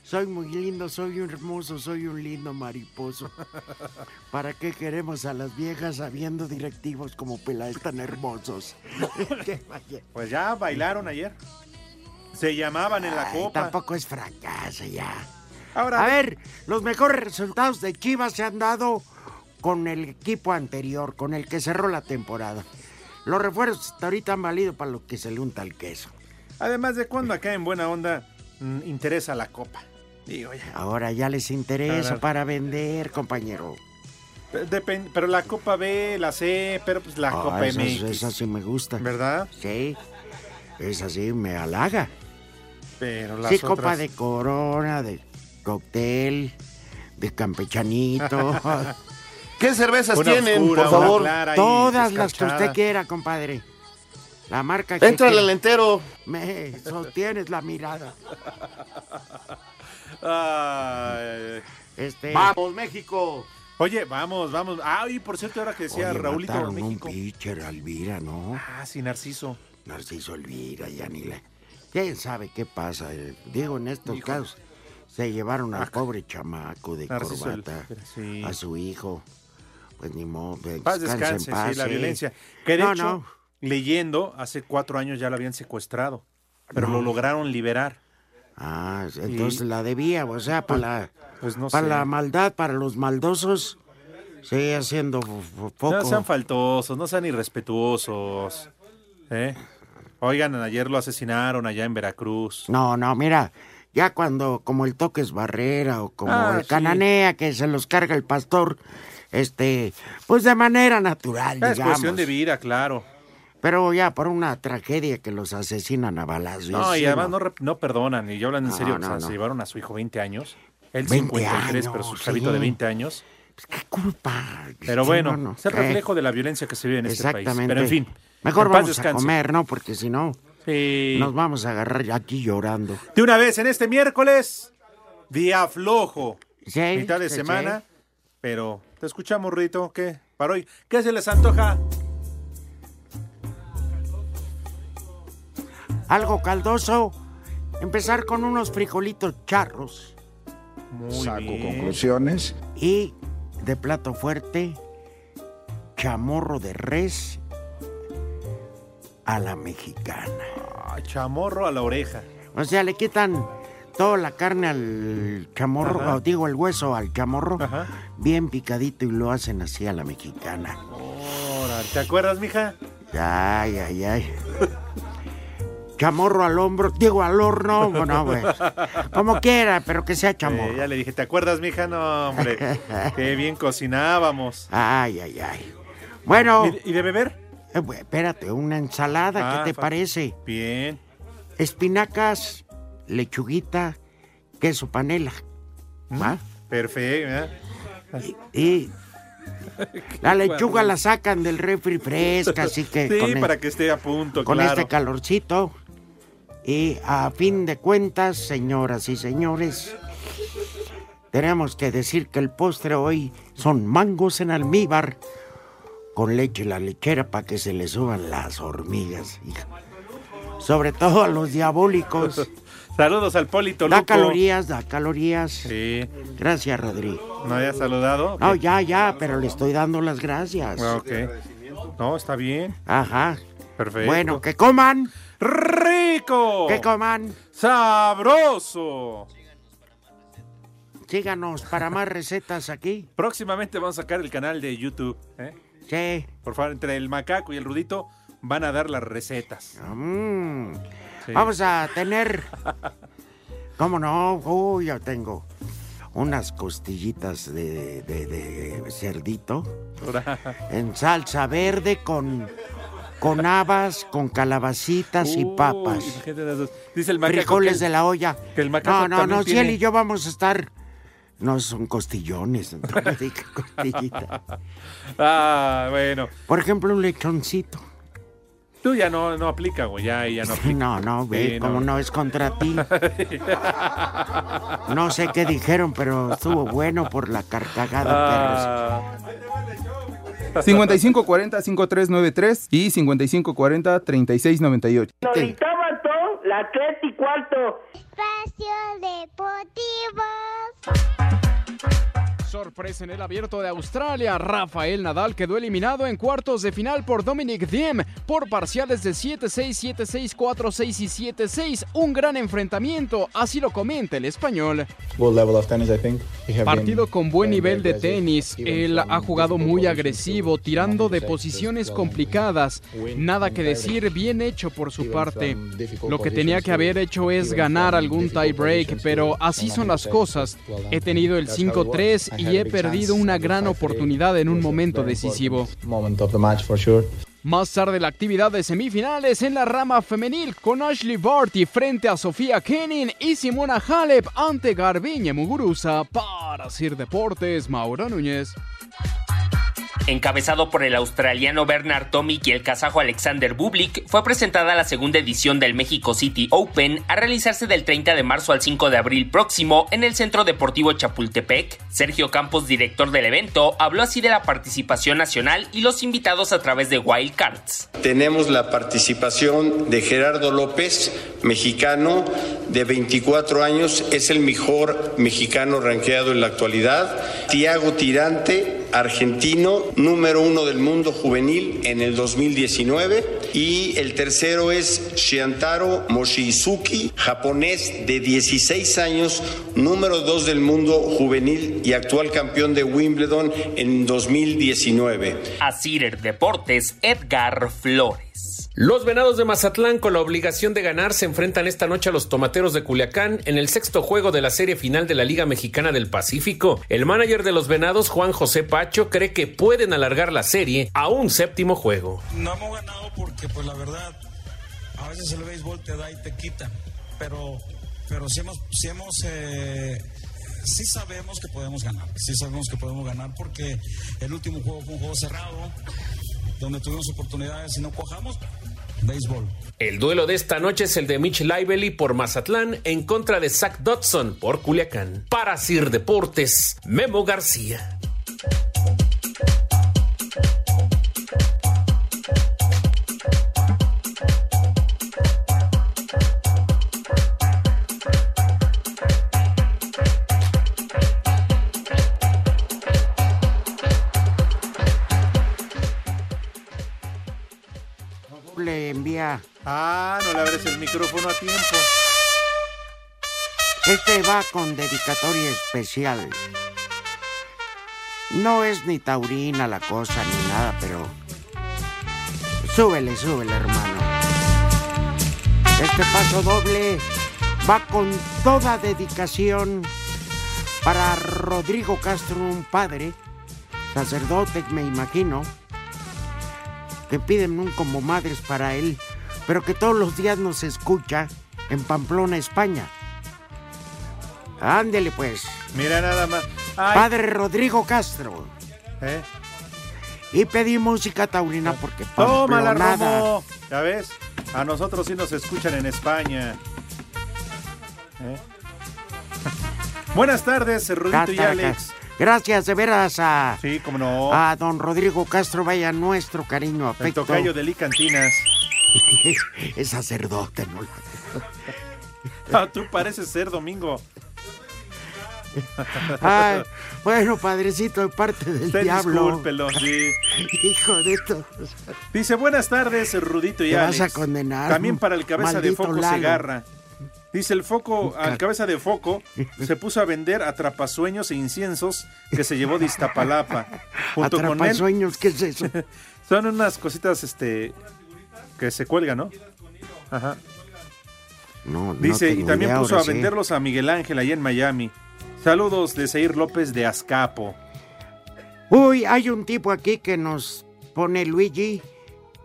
Speaker 3: Soy muy lindo, soy un hermoso, soy un lindo mariposo. ¿Para qué queremos a las viejas habiendo directivos como Peláez tan hermosos?
Speaker 2: Pues ya bailaron ayer. Se llamaban en la
Speaker 3: Ay,
Speaker 2: copa.
Speaker 3: Tampoco es fracaso ya.
Speaker 2: Ahora-
Speaker 3: a ver, los mejores resultados de Chivas se han dado con el equipo anterior, con el que cerró la temporada. Los refuerzos hasta ahorita han valido para lo que se le unta el queso.
Speaker 2: Además de cuando acá en Buena Onda mm, interesa la copa. Digo, ya.
Speaker 3: Ahora ya les
Speaker 2: A
Speaker 3: interesa
Speaker 2: ver.
Speaker 3: para vender, compañero.
Speaker 2: Pe- depen- pero la Copa B, la C, pero pues la
Speaker 3: Ah,
Speaker 2: Copa
Speaker 3: esa,
Speaker 2: MX.
Speaker 3: esa sí me gusta.
Speaker 2: ¿Verdad?
Speaker 3: Sí. Esa sí me halaga.
Speaker 2: Pero las
Speaker 3: sí,
Speaker 2: otras-
Speaker 3: copa de corona, de cóctel, de campechanito.
Speaker 6: ¿Qué cervezas
Speaker 3: Una
Speaker 6: tienen,
Speaker 3: oscura,
Speaker 6: por
Speaker 3: una
Speaker 6: favor?
Speaker 3: clara y Todas las que usted quiera, compadre. La marca que.
Speaker 6: Éntrale
Speaker 3: quiera.
Speaker 6: al entero.
Speaker 3: Me sostienes la mirada.
Speaker 2: Ay.
Speaker 3: Este.
Speaker 6: ¡Vamos, México!
Speaker 2: Oye, vamos, vamos. Ah, y por cierto, ahora que decía
Speaker 3: Oye,
Speaker 2: Raúlito
Speaker 3: mataron un
Speaker 2: México.
Speaker 3: pitcher, a Elvira, ¿no?
Speaker 2: Ah, sí, Narciso.
Speaker 3: Narciso Elvira, ya ni la- ¿Quién sabe qué pasa? eh? Digo, en estos casos se llevaron al pobre chamaco de
Speaker 2: Ah. Narciso
Speaker 3: corbata,
Speaker 2: Elvira, sí.
Speaker 3: a su hijo. Pues ni modo, que
Speaker 2: Paz
Speaker 3: descanse en
Speaker 2: descanse,
Speaker 3: paz,
Speaker 2: sí, la
Speaker 3: ¿eh?
Speaker 2: violencia. Que de
Speaker 3: No,
Speaker 2: hecho,
Speaker 3: no.
Speaker 2: leyendo, hace cuatro años ya la habían secuestrado, pero lo lograron liberar.
Speaker 3: Ah, entonces la debía, o sea, para la,
Speaker 2: Pues no
Speaker 3: para
Speaker 2: sé.
Speaker 3: la maldad, para los maldosos, sigue haciendo f- f- poco.
Speaker 2: No sean faltosos, no sean irrespetuosos. ¿eh? Oigan, ayer lo asesinaron allá en Veracruz.
Speaker 3: No, no, mira, ya cuando como el toque es barrera o como
Speaker 2: Ah,
Speaker 3: el
Speaker 2: sí.
Speaker 3: cananea que se los carga el pastor, este, pues de manera natural,
Speaker 2: Es cuestión
Speaker 3: digamos.
Speaker 2: de vida, claro.
Speaker 3: Pero ya por una tragedia que los asesinan a balazos.
Speaker 2: No, y
Speaker 3: sí,
Speaker 2: además
Speaker 3: no.
Speaker 2: no, re- no perdonan, y ya hablan en
Speaker 3: No,
Speaker 2: serio,
Speaker 3: no,
Speaker 2: o sea,
Speaker 3: no.
Speaker 2: se llevaron a su hijo 20 años, él
Speaker 3: 20
Speaker 2: 53, pero su
Speaker 3: años,
Speaker 2: chavito
Speaker 3: sí. Pues,
Speaker 2: de 20 años.
Speaker 3: ¿Qué culpa?
Speaker 2: Pero
Speaker 3: Sí,
Speaker 2: bueno,
Speaker 3: no, no,
Speaker 2: es el
Speaker 3: ¿qué?
Speaker 2: reflejo de la violencia que se vive en este país.
Speaker 3: Exactamente.
Speaker 2: Pero en fin,
Speaker 3: Mejor
Speaker 2: en paz
Speaker 3: vamos a
Speaker 2: descanse.
Speaker 3: comer, ¿no? Porque si no,
Speaker 2: Sí.
Speaker 3: nos vamos a agarrar aquí llorando.
Speaker 2: De una vez, en este miércoles, día flojo,
Speaker 3: Sí,
Speaker 2: mitad de
Speaker 3: sí,
Speaker 2: semana, pero te escuchamos, Rito, ¿qué? Para hoy, ¿qué se les antoja?
Speaker 3: Algo caldoso, empezar con unos frijolitos charros.
Speaker 14: Saco conclusiones.
Speaker 3: Y de plato fuerte, este chamorro de res a la mexicana.
Speaker 2: Ah, chamorro a la oreja.
Speaker 3: O sea, le quitan toda la carne al chamorro,
Speaker 2: Ajá.
Speaker 3: o digo el hueso al chamorro, bien picadito y lo hacen así a la mexicana.
Speaker 2: Órale, ¿Te acuerdas, mija?
Speaker 3: Ay, ay, ay. Chamorro al hombro, digo al horno, bueno, pues, como quiera, pero que sea
Speaker 2: Eh,
Speaker 3: chamorro.
Speaker 2: ya le dije, ¿te acuerdas, mija? No, hombre, qué bien cocinábamos.
Speaker 3: Ay, ay, ay. Bueno.
Speaker 2: ¿Y de, y de beber?
Speaker 3: Eh, bu- espérate, una ensalada,
Speaker 2: Ah,
Speaker 3: ¿qué te
Speaker 2: fa-
Speaker 3: parece?
Speaker 2: Bien.
Speaker 3: Espinacas, lechuguita, queso panela. ¿va?
Speaker 2: Perfecto, ¿verdad?
Speaker 3: Y la lechuga
Speaker 2: guarro.
Speaker 3: la sacan del refri fresca, así que
Speaker 2: Sí,
Speaker 3: con, el-
Speaker 2: para que esté a punto,
Speaker 3: con
Speaker 2: claro.
Speaker 3: este calorcito. Y a fin de cuentas, señoras y señores, tenemos que decir que el postre hoy son mangos en almíbar con leche y la lechera para que se le suban las hormigas. hijo. Sobre todo a los diabólicos.
Speaker 2: Saludos al Polito
Speaker 3: Da
Speaker 2: Luco.
Speaker 3: calorías, da calorías.
Speaker 2: Sí.
Speaker 3: Gracias, Rodrigo.
Speaker 2: ¿No había saludado?
Speaker 3: No, ya, ya, pero le estoy dando las gracias.
Speaker 2: Ah, ok. No, está bien.
Speaker 3: Ajá.
Speaker 2: Perfecto.
Speaker 3: Bueno, que coman.
Speaker 2: ¡Rico!
Speaker 3: Que coman.
Speaker 2: ¡Sabroso!
Speaker 3: Síganos para más recetas aquí.
Speaker 2: Próximamente vamos a sacar el canal de YouTube. ¿eh?
Speaker 3: Sí.
Speaker 2: Por favor, entre el macaco y el rudito van a dar las recetas.
Speaker 3: Mm.
Speaker 2: Sí.
Speaker 3: Vamos a tener. ¿Cómo no? Uy, yo tengo unas costillitas de, de- de cerdito en salsa verde con, con habas, con calabacitas y papas.
Speaker 2: Uy, imagínate las dos. Dice el macaco.
Speaker 3: frijoles
Speaker 2: que-
Speaker 3: de la olla.
Speaker 2: que el macaco
Speaker 3: no, no,
Speaker 2: también
Speaker 3: no, si
Speaker 2: tiene-
Speaker 3: él y yo vamos a estar. No son costillones, entonces, sí, costillita.
Speaker 2: ah, bueno.
Speaker 3: Por ejemplo, un lechoncito.
Speaker 2: Tú ya no, no aplica, güey. Ya, ya no aplica.
Speaker 3: No, no, ve,
Speaker 2: Sí,
Speaker 3: como no. es contra ti. No sé qué dijeron, pero estuvo bueno por la carcagada, perros.
Speaker 15: 5540-5393 y 5540-3698.
Speaker 8: todo, la tres y cuarto. Espacio Deportivo.
Speaker 16: sorpresa en el abierto de Australia. Rafael Nadal quedó eliminado en cuartos de final por Dominic Thiem por parciales de 7-6, 7-6, 4-6 y 7-6. Un gran enfrentamiento, así lo comenta el español. Partido con buen nivel de tenis. Él ha jugado muy agresivo, tirando de posiciones complicadas. Nada que decir, bien hecho por su parte. Lo que tenía que haber hecho es ganar algún tie break, pero así son las cosas. He tenido el 5-3 y he perdido una gran oportunidad en un momento decisivo. Más tarde la actividad de semifinales en la rama femenil con Ashley Barty frente a Sofía Kenin y Simona Halep ante Garbiñe Muguruza para Sir Deportes, Mauro Núñez.
Speaker 17: Encabezado por el australiano Bernard Tomic y el kazajo Alexander Bublik, fue presentada la segunda edición del México City Open a realizarse del 30 de marzo al 5 de abril próximo en el Centro Deportivo Chapultepec. Sergio Campos, director del evento, habló así de la participación nacional y los invitados a través de Wildcards.
Speaker 18: Tenemos la participación de Gerardo López, mexicano de 24 años, es el mejor mexicano ranqueado en la actualidad. Tiago Tirante, argentino, número uno del mundo juvenil en el 2019. Y el tercero es Shiantaro Moshizuki, japonés de 16 años, número dos del mundo juvenil y actual campeón de Wimbledon en 2019.
Speaker 17: Así Deportes, Edgar Flores.
Speaker 19: Los venados de Mazatlán, con la obligación de ganar, se enfrentan esta noche a los tomateros de Culiacán en el sexto juego de la serie final de la Liga Mexicana del Pacífico. El manager de los venados, Juan José Pacho, cree que pueden alargar la serie a un séptimo juego.
Speaker 20: No hemos ganado porque, pues la verdad, a veces el béisbol te da y te quita, pero, pero sí hemos. Sí hemos eh sí sabemos que podemos ganar, sí sabemos que podemos ganar porque el último juego fue un juego cerrado, donde tuvimos oportunidades y no cuajamos. Béisbol.
Speaker 19: El duelo de esta noche es el de Mitch Lively por Mazatlán en contra de Zach Dodson por Culiacán. Para Sir Deportes, Memo García.
Speaker 3: Le envía.
Speaker 2: Ah, no le abres el micrófono a tiempo.
Speaker 3: Este va con dedicatoria especial. No es ni taurina la cosa ni nada, pero. Súbele, súbele, hermano. Este paso doble va con toda dedicación para Rodrigo Castro, un padre, sacerdote, me imagino que piden un como madres para él, pero que todos los días nos escucha en Pamplona, España. Ándele pues.
Speaker 2: Mira nada más. Ay.
Speaker 3: Padre Rodrigo Castro.
Speaker 2: ¿Eh? Ah.
Speaker 3: Y pedí música taurina porque
Speaker 2: Tómala,
Speaker 3: Pamplonada.
Speaker 2: Romo. ¿Ya ves? A nosotros sí nos escuchan en España. ¿Eh? Buenas tardes, Rudito y
Speaker 3: Catacas.
Speaker 2: Alex.
Speaker 3: Gracias de veras a,
Speaker 2: Sí, como no.
Speaker 3: a don Rodrigo Castro. Vaya nuestro cariño,
Speaker 2: el
Speaker 3: afecto.
Speaker 2: tocayo de Licantinas.
Speaker 3: es sacerdote, ¿no?
Speaker 2: Ah, tú pareces ser domingo.
Speaker 3: Ay, bueno, padrecito, de parte del
Speaker 2: Usted
Speaker 3: diablo.
Speaker 2: discúlpelo, sí.
Speaker 3: Hijo de todo.
Speaker 2: Dice, buenas tardes, Rudito y
Speaker 3: Te vas
Speaker 2: Alex.
Speaker 3: a condenar,
Speaker 2: También para el cabeza de
Speaker 3: maldito
Speaker 2: foco
Speaker 3: Lalo.
Speaker 2: Segarra. Dice el foco, al cabeza de foco, se puso a vender atrapasueños e inciensos que se llevó de Iztapalapa. Junto con él,
Speaker 3: Atrapasueños, ¿qué es eso?
Speaker 2: son unas cositas este que se cuelgan, ¿no? Ajá.
Speaker 3: No, no
Speaker 2: Dice, y
Speaker 3: tengo
Speaker 2: también
Speaker 3: idea,
Speaker 2: puso a
Speaker 3: ahora sí.
Speaker 2: venderlos a Miguel Ángel allá en Miami. Saludos de Seir López de Azcapo.
Speaker 3: Uy, hay un tipo aquí que nos pone Luigi,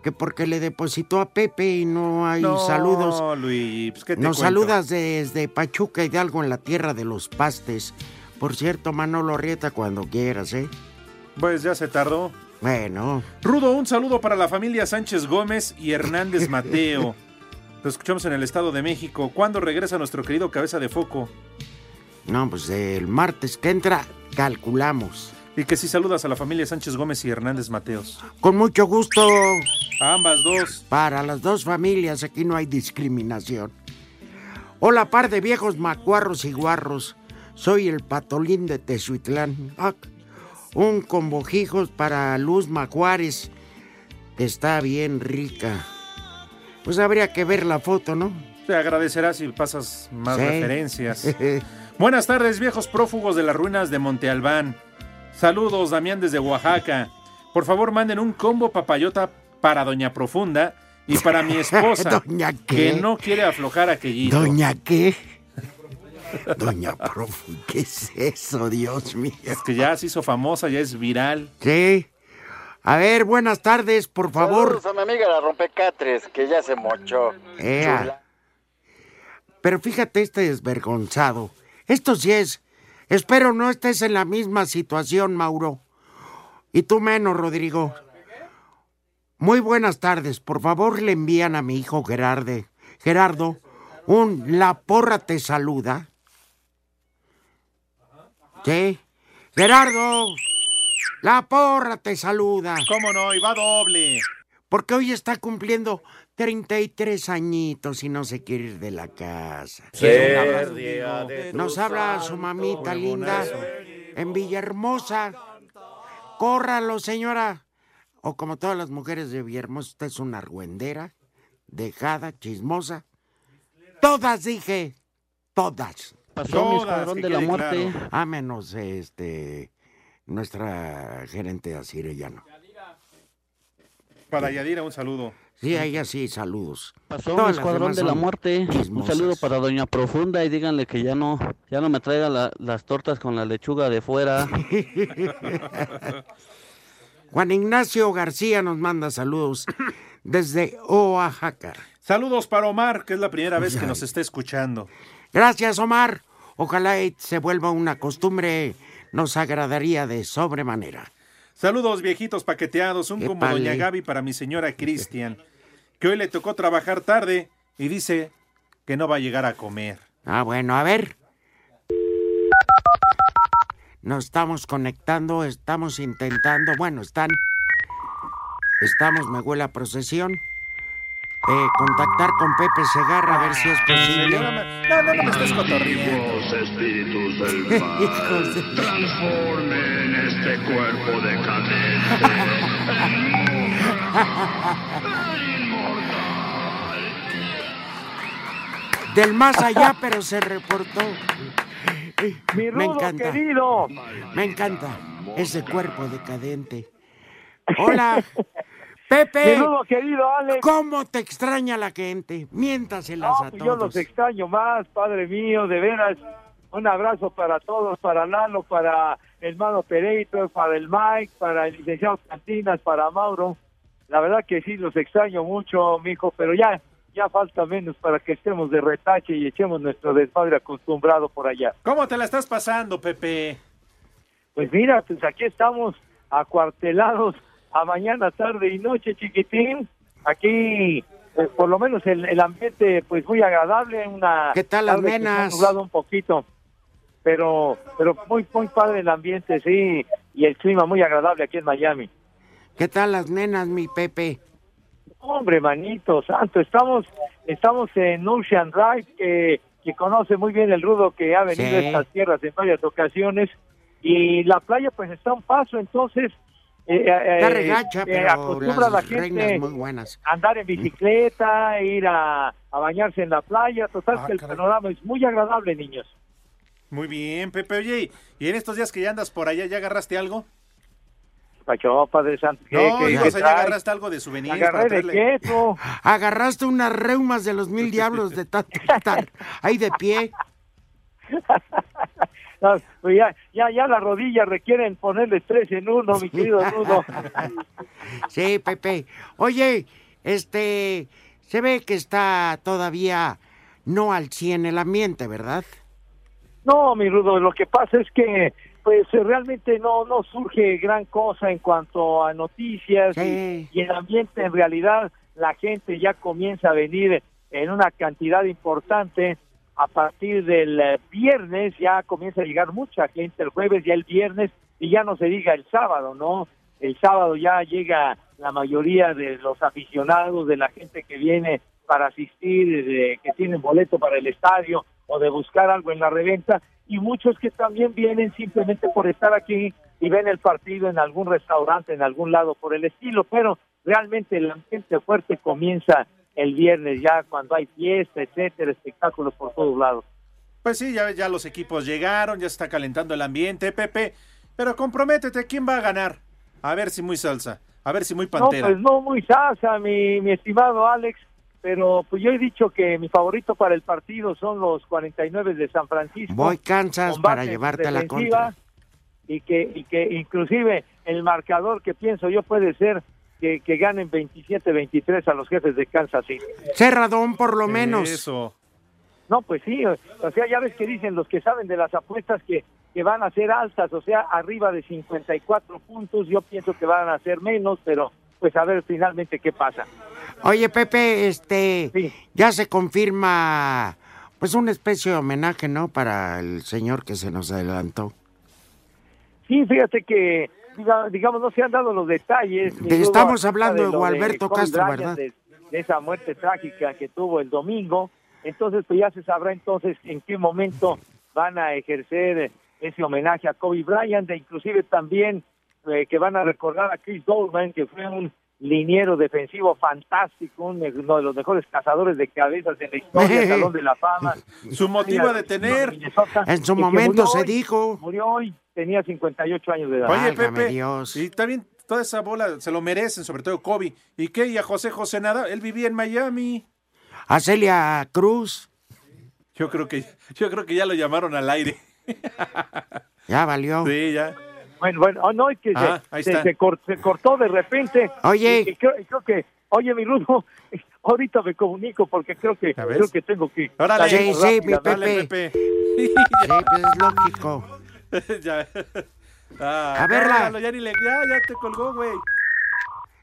Speaker 3: que porque le depositó a Pepe y no hay saludos.
Speaker 2: No, Luis, pues, ¿qué te
Speaker 3: Nos
Speaker 2: cuento?
Speaker 3: saludas desde Pachuca Hidalgo en la tierra de los pastes. Por cierto, Manolo Rieta, cuando quieras, ¿eh?
Speaker 2: Pues ya se tardó.
Speaker 3: Bueno,
Speaker 2: Rudo, un saludo para la familia Sánchez Gómez y Hernández Mateo. Lo escuchamos en el Estado de México. ¿Cuándo regresa nuestro querido cabeza de foco?
Speaker 3: no, pues el martes que entra calculamos.
Speaker 2: Y que si saludas a la familia Sánchez Gómez y Hernández Mateos.
Speaker 3: Con mucho gusto
Speaker 2: A ambas dos.
Speaker 3: para las dos familias, aquí no hay discriminación. Hola, par de viejos macuarros y guarros. Soy el patolín de Tezuitlán. Ah, un convojijos para Luz Macuares, que está bien rica. Pues habría que ver la foto, ¿no?
Speaker 2: Te agradecerás si pasas más
Speaker 3: Sí.
Speaker 2: referencias. Buenas tardes, viejos prófugos de las ruinas de Monte Albán. Saludos, Damián, desde Oaxaca. Por favor, manden un combo papayota para Doña Profunda y para mi esposa,
Speaker 3: ¿Doña qué?
Speaker 2: que no quiere aflojar aquellito.
Speaker 3: Doña qué? Doña Profu, ¿qué es eso, Dios mío?
Speaker 2: Es que ya se hizo famosa, ya es viral.
Speaker 3: Sí. A ver, buenas tardes, por favor.
Speaker 21: Saludos a mi amiga la rompecatres, que ya se mochó.
Speaker 3: Ea.
Speaker 21: Chula.
Speaker 3: Pero fíjate este desvergonzado. Esto sí es. Espero no estés en la misma situación, Mauro. Y tú menos, Rodrigo. Muy buenas tardes. Por favor, le envían a mi hijo Gerarde, Gerardo un La porra te saluda. ¿Sí? Gerardo, La porra te saluda.
Speaker 2: ¿Cómo no? Y va doble.
Speaker 3: Porque hoy está cumpliendo 33 añitos y no se quiere ir de la casa. Nos habla su mamita linda en Villahermosa. Córralo, señora. O como todas las mujeres de Villahermosa, usted es una argüendera, dejada, chismosa. Todas, dije. Todas.
Speaker 22: Pasó mi escuadrón de la muerte.
Speaker 3: A menos este nuestra gerente así no.
Speaker 2: Para Yadira, un saludo.
Speaker 3: Sí, a ella sí, saludos.
Speaker 22: Pasó mi
Speaker 3: Todas las
Speaker 22: escuadrón
Speaker 3: demás
Speaker 22: de la
Speaker 3: son
Speaker 22: muerte. Un
Speaker 3: chismosas.
Speaker 22: saludo para Doña Profunda y díganle que ya no, ya no me traiga la- las tortas con la lechuga de fuera.
Speaker 3: Juan Ignacio García nos manda saludos desde Oaxaca.
Speaker 2: Saludos para Omar, que es la primera vez que nos está escuchando.
Speaker 3: Gracias, Omar. Ojalá y se vuelva una costumbre. Nos agradaría de sobremanera.
Speaker 2: Saludos, viejitos paqueteados. Un como
Speaker 3: Épale.
Speaker 2: Doña Gaby para mi señora Cristian, que hoy le tocó trabajar tarde y dice que no va a llegar a comer.
Speaker 3: Ah, bueno, a ver. Nos estamos conectando, estamos intentando. Bueno, están. Estamos, me huele a procesión. Eh, contactar con Pepe Segarra a ver si es posible.
Speaker 2: No, no, no me estés cotorriendo.
Speaker 23: espíritus del mal, transformen este cuerpo decadente en
Speaker 3: Del más allá, pero se reportó. Me
Speaker 22: rudo
Speaker 3: encanta. Me encanta ese cuerpo decadente. Hola, Pepe.
Speaker 22: Mi rudo
Speaker 3: querido Alex. ¿Cómo te extraña la gente? Miéntaselas a
Speaker 22: pues
Speaker 3: todos.
Speaker 22: yo los extraño más, padre mío, de veras. Un abrazo para todos, para Lalo, para el hermano Pereito, para el Mike, para el licenciado Cantinas, para Mauro. La verdad que sí, los extraño mucho, mijo, pero ya, ya falta menos para que estemos de retache y echemos nuestro desmadre acostumbrado por allá.
Speaker 2: ¿Cómo te la estás pasando, Pepe?
Speaker 22: Pues mira, pues aquí estamos acuartelados a mañana, tarde y noche, chiquitín. Aquí, pues por lo menos el, el ambiente, pues muy agradable. Una
Speaker 3: ¿Qué tal las
Speaker 22: tarde que se ha
Speaker 3: nenas?
Speaker 22: nublado un poquito, pero, pero muy, muy padre el ambiente, sí. Y el clima muy agradable aquí en Miami.
Speaker 3: ¿Qué tal las nenas, mi Pepe?
Speaker 22: Hombre, manito, santo, estamos, estamos en Ocean Drive, que, que conoce muy bien el rudo que ha venido
Speaker 3: Sí.
Speaker 22: a estas tierras en varias ocasiones, y la playa pues está a un paso, entonces... eh, eh, eh,
Speaker 3: Está regacha,
Speaker 22: eh,
Speaker 3: pero
Speaker 22: acostumbra a la
Speaker 3: las
Speaker 22: gente
Speaker 3: reinas muy buenas.
Speaker 22: a andar en bicicleta, ir a, a bañarse en la playa, total que el panorama es muy agradable, niños.
Speaker 2: Muy bien, Pepe. Oye, ¿y en estos días que ya andas por allá, ya agarraste algo?
Speaker 22: Pacho, Padre Santo. ¿qué-
Speaker 2: No,
Speaker 22: qué-
Speaker 2: digo,
Speaker 22: qué
Speaker 2: o sea, ya
Speaker 22: traes?
Speaker 2: agarraste algo de souvenirs. para
Speaker 22: Agarré de
Speaker 2: traerle.
Speaker 22: queso.
Speaker 3: Agarraste unas reumas de los mil diablos de tanto estar ahí de pie.
Speaker 22: No, pues ya, ya, ya las rodillas requieren ponerles tres en uno, mi querido Rudo.
Speaker 3: Sí, Pepe. Oye, este, se ve que está todavía no al 100 el ambiente, ¿verdad?
Speaker 22: No, mi Rudo, lo que pasa es que pues eh, realmente no no surge gran cosa en cuanto a noticias y- y, el ambiente en realidad la gente ya comienza a venir en una cantidad importante a partir del eh, viernes ya comienza a llegar mucha gente el jueves ya el viernes y ya no se diga el sábado no el sábado ya llega la mayoría de los aficionados de la gente que viene para asistir de- que tienen boleto para el estadio o de buscar algo en la reventa y muchos que también vienen simplemente por estar aquí y ven el partido en algún restaurante, en algún lado por el estilo, pero realmente el ambiente fuerte comienza el viernes ya cuando hay fiesta, etcétera, espectáculos por todos lados.
Speaker 2: Pues sí, ya, ya los equipos llegaron, ya se está calentando el ambiente, Pepe. Pero comprométete, ¿quién va a ganar? A ver si muy salsa, a ver si muy pantera.
Speaker 22: No, pues no muy salsa, mi, mi estimado Alex, pero pues yo he dicho que mi favorito para el partido son los 49 de San Francisco.
Speaker 3: Voy Kansas
Speaker 22: Combate
Speaker 3: para llevarte la
Speaker 22: defensiva,
Speaker 3: contra.
Speaker 22: Y que, y que inclusive el marcador que pienso yo puede ser que, que ganen 27-23 a los jefes de Kansas City.
Speaker 3: Cerradón por lo menos.
Speaker 2: Eso.
Speaker 22: No, pues sí, o o sea, ya ves que dicen los que saben de las apuestas que, que van a ser altas, o sea, arriba de 54 puntos, yo pienso que van a ser menos, pero pues a ver finalmente qué pasa.
Speaker 3: Oye, Pepe, este, ya se confirma, pues una especie de homenaje, ¿no? Para el señor que se nos adelantó.
Speaker 22: Sí, fíjate que, diga- digamos, no se han dado los detalles. ni
Speaker 3: De-
Speaker 22: hubo
Speaker 3: estamos
Speaker 22: acerca
Speaker 3: hablando de
Speaker 22: lo
Speaker 3: Gualberto
Speaker 22: Kobe
Speaker 3: Castro,
Speaker 22: Bryant,
Speaker 3: ¿verdad?
Speaker 22: De, de esa muerte trágica que tuvo el domingo. Entonces, pues ya se sabrá entonces en qué momento van a ejercer ese homenaje a Kobe Bryant e inclusive también eh, que van a recordar a Chris Dolman, que fue un liniero defensivo fantástico, un- uno de los mejores cazadores de cabezas en la historia, Salón de la Fama.
Speaker 2: Su motivo a detener.
Speaker 3: En su
Speaker 22: Y que
Speaker 3: momento
Speaker 22: murió
Speaker 3: se
Speaker 22: hoy,
Speaker 3: dijo.
Speaker 22: Murió hoy, tenía 58 años de edad.
Speaker 2: Oye, Pepe, y también toda esa bola se lo merecen, sobre todo Kobe. ¿Y qué? ¿Y a José José nada? Él vivía en Miami.
Speaker 3: A Celia Cruz,
Speaker 2: Yo creo que, yo creo que ya lo llamaron al aire.
Speaker 3: ya valió.
Speaker 2: Sí, ya.
Speaker 22: Bueno, bueno, oh, no, es que se-
Speaker 2: Ah, ahí
Speaker 22: se,
Speaker 2: está.
Speaker 22: se cor- se cortó de repente.
Speaker 3: Oye.
Speaker 22: Y- y creo, y creo que, oye, mi Rudo, ahorita me comunico porque creo que, creo que tengo que...
Speaker 3: Órale.
Speaker 22: salir
Speaker 3: Sí, sí, mi
Speaker 22: rápidamente.
Speaker 3: Pepe. Sí, pues es lógico.
Speaker 2: ya. Ah,
Speaker 3: A verla.
Speaker 2: córtalo, Ya, ni le- ya, ya te colgó, güey.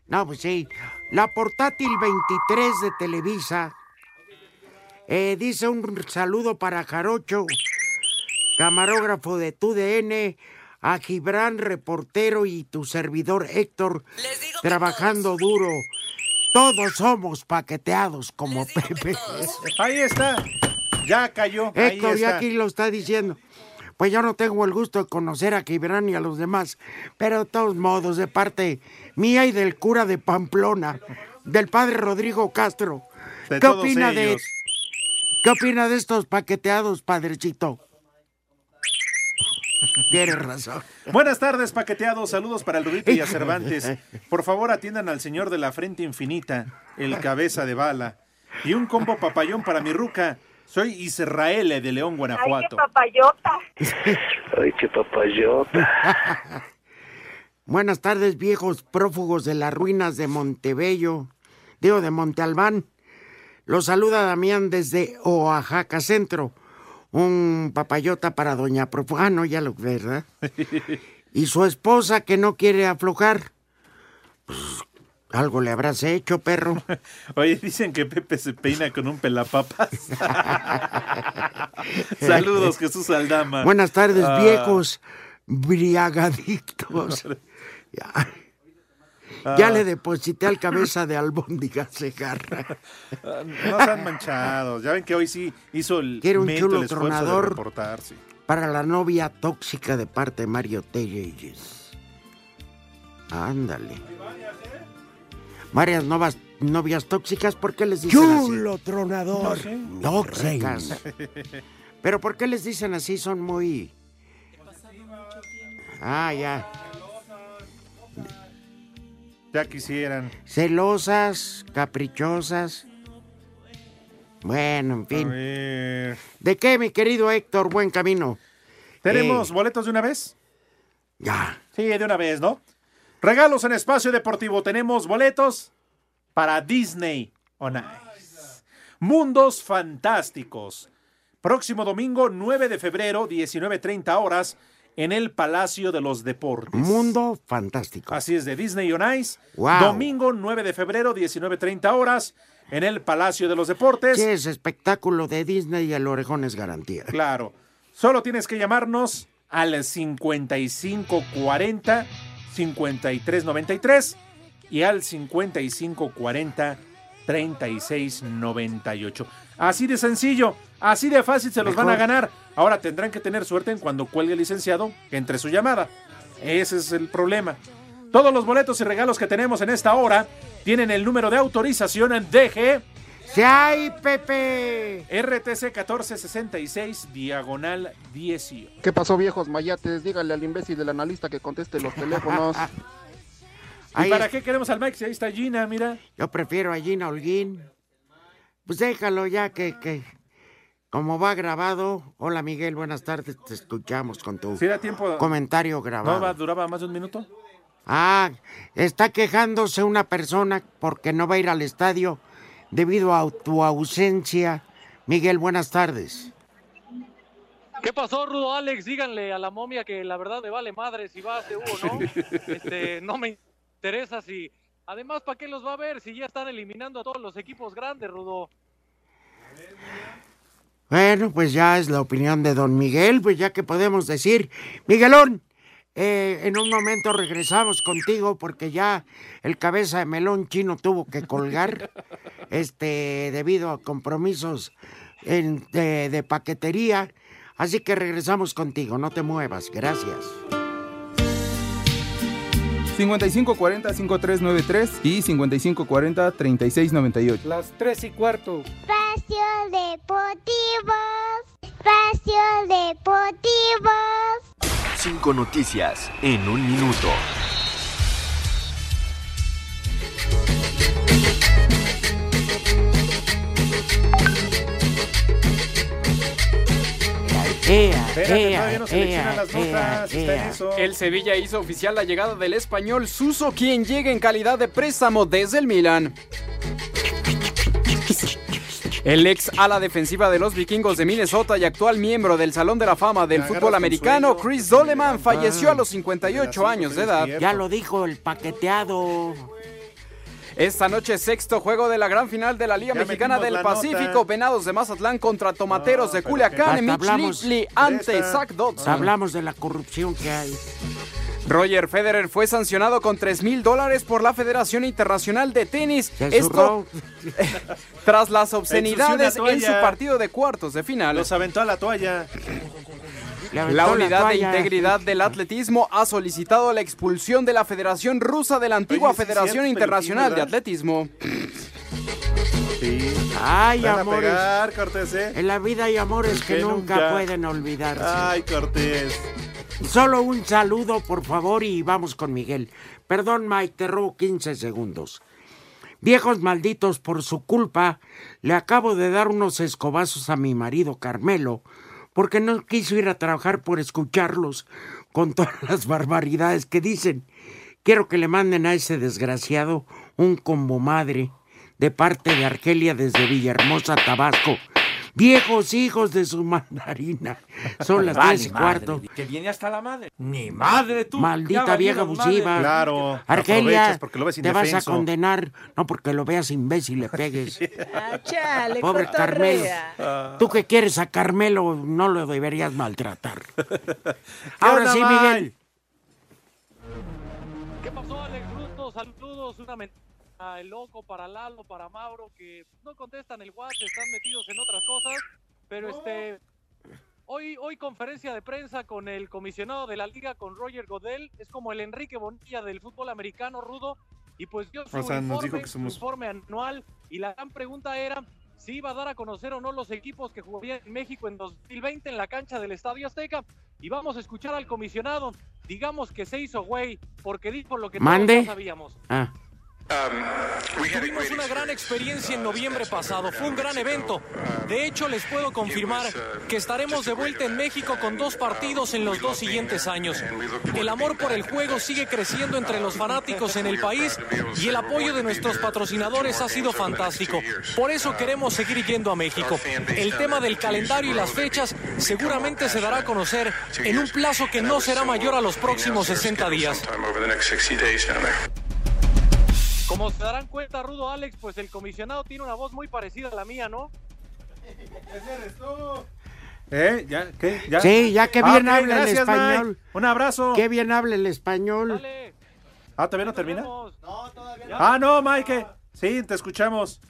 Speaker 3: No, pues sí. La portátil 23 de Televisa eh, dice un saludo para Jarocho, camarógrafo de TUDN, a Gibran, reportero y tu servidor Héctor, trabajando duro. Todos somos paqueteados como Pepe.
Speaker 2: Ahí está. Ya cayó. Ahí
Speaker 3: Héctor, ya
Speaker 2: está.
Speaker 3: aquí lo está diciendo. Pues yo no tengo el gusto de conocer a Gibran y a los demás, pero de todos modos, de parte mía y del cura de Pamplona, del padre Rodrigo Castro.
Speaker 2: De
Speaker 3: ¿Qué
Speaker 2: todos
Speaker 3: opina de
Speaker 2: ellos.
Speaker 3: qué opina de estos paqueteados, padrecito? Tienes razón.
Speaker 2: Buenas tardes, paqueteados. Saludos para el Rudito y a Cervantes. Por favor, atiendan al señor de la frente infinita, el cabeza de bala. Y un combo papayón para mi ruca. Soy Israel de León, Guanajuato.
Speaker 24: papayota.
Speaker 3: Ay, qué papayota. Buenas tardes, viejos prófugos de las ruinas de Montebello, digo de Montealbán. Los saluda Damián desde Oaxaca Centro. Un papayota para doña prófuga. Ah, no, ya lo verdad. Y su esposa que no quiere aflojar. Pues, algo le habrás hecho, perro.
Speaker 2: Oye, dicen que Pepe se peina con un pelapapas. Saludos, Jesús Aldama.
Speaker 3: Buenas tardes,
Speaker 2: Ah,
Speaker 3: viejos briagadictos. Ya. Ya
Speaker 2: Ah.
Speaker 3: le deposité al cabeza de albóndiga cegarra.
Speaker 2: ah, No están manchados. Ya ven que hoy sí hizo el,
Speaker 3: Quiero un
Speaker 2: mento,
Speaker 3: chulo
Speaker 2: el esfuerzo
Speaker 3: tronador.
Speaker 2: de reportarse.
Speaker 3: Para la novia tóxica de parte de Mario Telles. Ándale. Varias novas- novias tóxicas, ¿por qué les dicen
Speaker 25: Chulo
Speaker 3: tronador. Tóxicas. Pero ¿por qué les dicen así? Son muy... Ah, ya.
Speaker 2: Ya quisieran.
Speaker 3: Celosas, caprichosas. Bueno, en fin. ¿De qué, mi querido Héctor? Buen camino.
Speaker 2: ¿Tenemos
Speaker 3: Eh,
Speaker 2: boletos de una vez?
Speaker 3: Ya.
Speaker 2: Sí, de una vez, ¿no? Regalos en Espacio Deportivo. Tenemos boletos para Disney on Ice. Mundos Fantásticos. Próximo domingo, 9 de febrero, 19.30 horas, en el Palacio de los Deportes.
Speaker 3: mundo fantástico.
Speaker 2: Así es, de Disney on Ice.
Speaker 3: Wow.
Speaker 2: Domingo, 9 de febrero, 19.30 horas, en el Palacio de los Deportes.
Speaker 3: ¿Qué es espectáculo de Disney y el orejón es garantía?
Speaker 2: Claro. Solo tienes que llamarnos al 5540 5393 y al 5540 3698. Así de sencillo, así de fácil se los van a
Speaker 3: Mejor.
Speaker 2: ganar. Ahora tendrán que tener suerte en cuando cuelgue el licenciado entre su llamada. Ese es el problema. Todos los boletos y regalos que tenemos en esta hora tienen el número de autorización en DG.
Speaker 3: ¡Se hay, Pepe!
Speaker 2: RTC 1466, diagonal 18.
Speaker 24: ¿Qué pasó, viejos mayates? Dígale al imbécil del analista que conteste los teléfonos.
Speaker 2: ¿Y para qué queremos al Mike si ahí está Gina, mira?
Speaker 3: Yo prefiero a Gina Holguín. Pues déjalo ya que, que como va grabado. Hola Miguel, buenas tardes, te escuchamos con tu
Speaker 2: Si da tiempo.
Speaker 3: comentario grabado.
Speaker 2: ¿No va- duraba más de un minuto?
Speaker 3: Ah, está quejándose una persona porque no va a ir al estadio debido a tu ausencia. Miguel, buenas tardes.
Speaker 25: ¿Qué pasó, Rudo Alex? Díganle a la momia que la verdad me vale madre si va a CU o no. Este, no me interesa si. Además, ¿para qué los va a ver si ya están eliminando a todos los equipos grandes, Rudo?
Speaker 3: Bueno, pues ya es la opinión de don Miguel, pues ya que podemos decir, Miguelón, eh, en un momento regresamos contigo porque ya el cabeza de melón chino tuvo que colgar, este, debido a compromisos en- de, de paquetería. Así que regresamos contigo, no te muevas, gracias.
Speaker 15: 5540-5393 y 5540-3698.
Speaker 1: Las 3 y cuarto.
Speaker 4: Espacio Deportivo. Espacio Deportivo.
Speaker 7: Cinco noticias en un minuto.
Speaker 3: Ea,
Speaker 16: Espérate,
Speaker 3: ea,
Speaker 16: todavía no
Speaker 3: ea,
Speaker 16: seleccionan las
Speaker 3: ea,
Speaker 16: notas, está en
Speaker 3: ea.
Speaker 16: eso. El Sevilla hizo oficial la llegada del español Suso, quien llega en calidad de préstamo desde el Milan. El ex ala defensiva de los vikingos de Minnesota y actual miembro del Salón de la Fama del fútbol americano, Chris Doleman, falleció a los 58 años Pues de edad.
Speaker 3: Ya lo dijo el paqueteado.
Speaker 16: Esta noche, sexto juego de la gran final de la Liga
Speaker 3: Ya
Speaker 16: Mexicana
Speaker 3: metimos
Speaker 16: del
Speaker 3: la
Speaker 16: Pacífico.
Speaker 3: nota.
Speaker 16: Venados de Mazatlán
Speaker 2: Ah,
Speaker 16: contra Tomateros de
Speaker 3: Hasta
Speaker 16: Culiacán. Mitch
Speaker 3: hablamos-
Speaker 16: Little ante Zach Dodson.
Speaker 3: Hablamos de la corrupción que hay.
Speaker 16: Roger Federer fue sancionado con 3 mil dólares por la Federación Internacional de Tenis.
Speaker 3: Se zurró.
Speaker 16: Esto tras las
Speaker 2: Ensució una
Speaker 16: obscenidades
Speaker 2: toalla.
Speaker 16: en su partido de cuartos de final. Los
Speaker 2: aventó a la toalla.
Speaker 16: La unidad de
Speaker 2: toalla.
Speaker 16: integridad del atletismo ha solicitado la expulsión de la Federación Rusa de la antigua
Speaker 2: Oye, sí es
Speaker 16: Federación
Speaker 2: cierto,
Speaker 16: Internacional de
Speaker 2: Peluquín, ¿verdad?
Speaker 16: Atletismo.
Speaker 2: Sí.
Speaker 3: Ay,
Speaker 2: Van a
Speaker 3: amores.
Speaker 2: pegar, Cortés, ¿eh?
Speaker 3: En la vida hay amores que,
Speaker 2: Que
Speaker 3: nunca,
Speaker 2: nunca.
Speaker 3: pueden olvidarse.
Speaker 2: Ay, Cortés.
Speaker 3: Solo un saludo, por favor, y vamos con Miguel. Perdón, Mike, te robo 15 segundos. Viejos malditos, por su culpa, le acabo de dar unos escobazos a mi marido Carmelo, porque no quiso ir a trabajar por escucharlos con todas las barbaridades que dicen. Quiero que le manden a ese desgraciado un combo madre de parte de Argelia desde Villahermosa, Tabasco. Viejos hijos de su mandarina. Son las
Speaker 26: Vale,
Speaker 3: tres y cuarto.
Speaker 26: madre, Que viene hasta la madre. Ni
Speaker 3: Madre
Speaker 26: tú.
Speaker 3: Maldita
Speaker 26: Ya
Speaker 3: vieja
Speaker 26: valieron, madre.
Speaker 3: abusiva.
Speaker 26: Claro,
Speaker 3: Argelia,
Speaker 26: aprovechas porque lo ves
Speaker 3: te vas a
Speaker 26: indefenso.
Speaker 3: condenar. No porque lo veas imbécil, le pegues.
Speaker 26: Ah,
Speaker 1: Chale,
Speaker 3: Pobre Carmelo.
Speaker 1: cotorrea.
Speaker 3: Tú que quieres a Carmelo, no lo deberías maltratar. Ahora
Speaker 1: onda,
Speaker 3: sí,
Speaker 1: Mike?
Speaker 3: Miguel.
Speaker 25: ¿Qué pasó, Alex Rudo? Saludos, una mentira. El loco para Lalo, para Mauro, que no contestan el WhatsApp, están metidos en otras cosas. Pero este. Hoy, hoy conferencia de prensa con el comisionado de la liga, con Roger Godel. Es como el Enrique Bonilla del fútbol americano, Rudo. Y pues yo
Speaker 2: O sea, nos dijo que somos-
Speaker 25: informe anual. Y la gran pregunta era si iba a dar a conocer o no los equipos que jugarían en México en 2020 en la cancha del Estadio Azteca. Y vamos a escuchar al comisionado. Digamos que se hizo güey, porque dijo lo que todos
Speaker 3: Mande.
Speaker 25: ya sabíamos.
Speaker 3: Ah.
Speaker 25: Tuvimos una gran experiencia en noviembre pasado, fue un gran evento. De hecho, les puedo confirmar que estaremos de vuelta en México con dos partidos en los dos siguientes años. El amor por el juego sigue creciendo entre los fanáticos en el país y el apoyo de nuestros patrocinadores ha sido fantástico. Por eso queremos seguir yendo a México. El tema del calendario y las fechas seguramente se dará a conocer en un plazo que no será mayor a los próximos 60 días. Como se darán cuenta, Rudo Alex, pues el comisionado tiene una voz muy parecida a la mía, ¿no?
Speaker 2: ¿Eh? ¿Ya? ¿Qué? ¿Ya?
Speaker 3: Sí, ya que bien
Speaker 2: Ah, ok,
Speaker 3: habla el
Speaker 2: gracias,
Speaker 3: español.
Speaker 2: Mike. Un abrazo.
Speaker 3: Qué bien habla el español.
Speaker 2: Ah, ¿todavía no termina? No, todavía no. Ah, no, Mike. Sí, te escuchamos.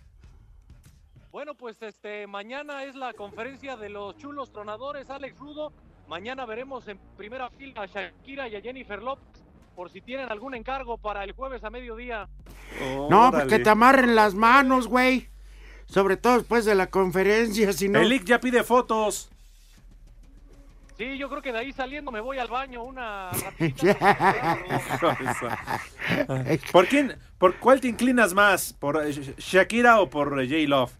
Speaker 25: Bueno, pues este mañana es la conferencia de los chulos tronadores, Alex Rudo. Mañana veremos en primera fila a Shakira y a Jennifer López por si tienen algún encargo para el jueves a mediodía.
Speaker 3: No, pues que te amarren las manos, güey. Sobre todo después de la conferencia, si no.
Speaker 2: Elick ya pide fotos.
Speaker 25: Sí, yo creo que de ahí saliendo me voy al baño una
Speaker 2: ¿Por quién? ¿Por cuál te inclinas más? ¿Por eh, Sh- Shakira o por eh, J Love?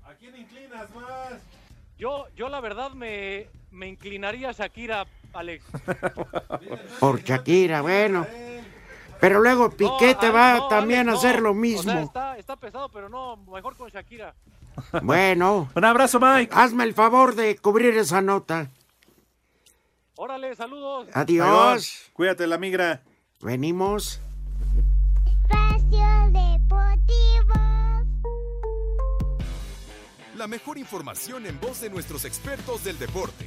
Speaker 25: Yo, yo la verdad me, me inclinaría a Shakira, Alex.
Speaker 3: Por Shakira, bueno. Pero luego Piqué te
Speaker 25: No,
Speaker 3: va
Speaker 25: Alex, no,
Speaker 3: también a
Speaker 25: Alex,
Speaker 3: hacer
Speaker 25: no.
Speaker 3: lo
Speaker 25: O sea,
Speaker 3: mismo.
Speaker 25: está, está pesado, pero no, mejor con Shakira.
Speaker 3: Bueno.
Speaker 2: Un abrazo, Mike.
Speaker 3: Hazme el favor de cubrir esa nota.
Speaker 25: Órale, saludos.
Speaker 3: Adiós.
Speaker 2: Cuídate la migra.
Speaker 3: Venimos.
Speaker 4: Espacio Deportivo.
Speaker 1: La mejor información en voz de nuestros expertos del deporte.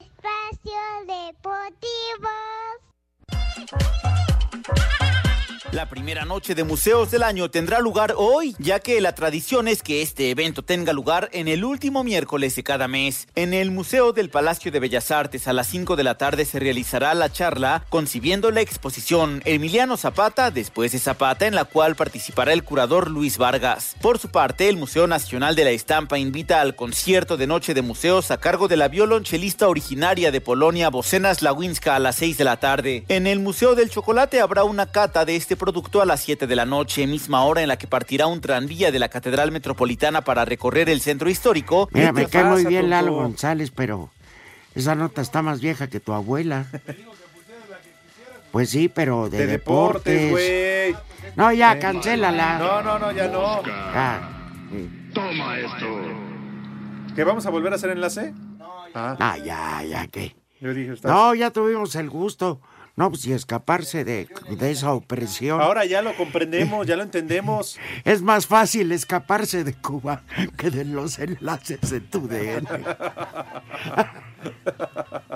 Speaker 4: Espacio Deportivo.
Speaker 6: La primera noche de museos del año tendrá lugar hoy, ya que la tradición es que este evento tenga lugar en el último miércoles de cada mes. En el Museo del Palacio de Bellas Artes a las 5 de la tarde se realizará la charla concibiendo la exposición Emiliano Zapata después de Zapata, en la cual participará el curador Luis Vargas. Por su parte, el Museo Nacional de la Estampa invita al concierto de noche de museos a cargo de la violonchelista originaria de Polonia, Bocenas Lawinska, a las 6 de la tarde. En el Museo del Chocolate habrá una cata de este producto a las 7 de la noche, misma hora en la que partirá un tranvía de la Catedral Metropolitana para recorrer el centro histórico.
Speaker 3: Mira, me cae muy bien Lalo
Speaker 6: Álvaro.
Speaker 3: González, pero esa nota está más vieja que tu abuela. Pues sí, pero de,
Speaker 2: De deportes,
Speaker 3: deportes.
Speaker 2: güey. Eh,
Speaker 3: No, ya, cancélala.
Speaker 2: No, no, no, ya no.
Speaker 3: Ah,
Speaker 2: Toma esto. ¿Que vamos a volver a hacer enlace? Ah.
Speaker 3: ah, ya, ya, ¿qué?
Speaker 2: Yo dije, está-
Speaker 3: No, ya tuvimos el gusto. No, pues y escaparse de, de esa opresión.
Speaker 2: Ahora ya lo comprendemos, ya lo entendemos.
Speaker 3: Es más fácil escaparse de Cuba que de los enlaces de tu DN.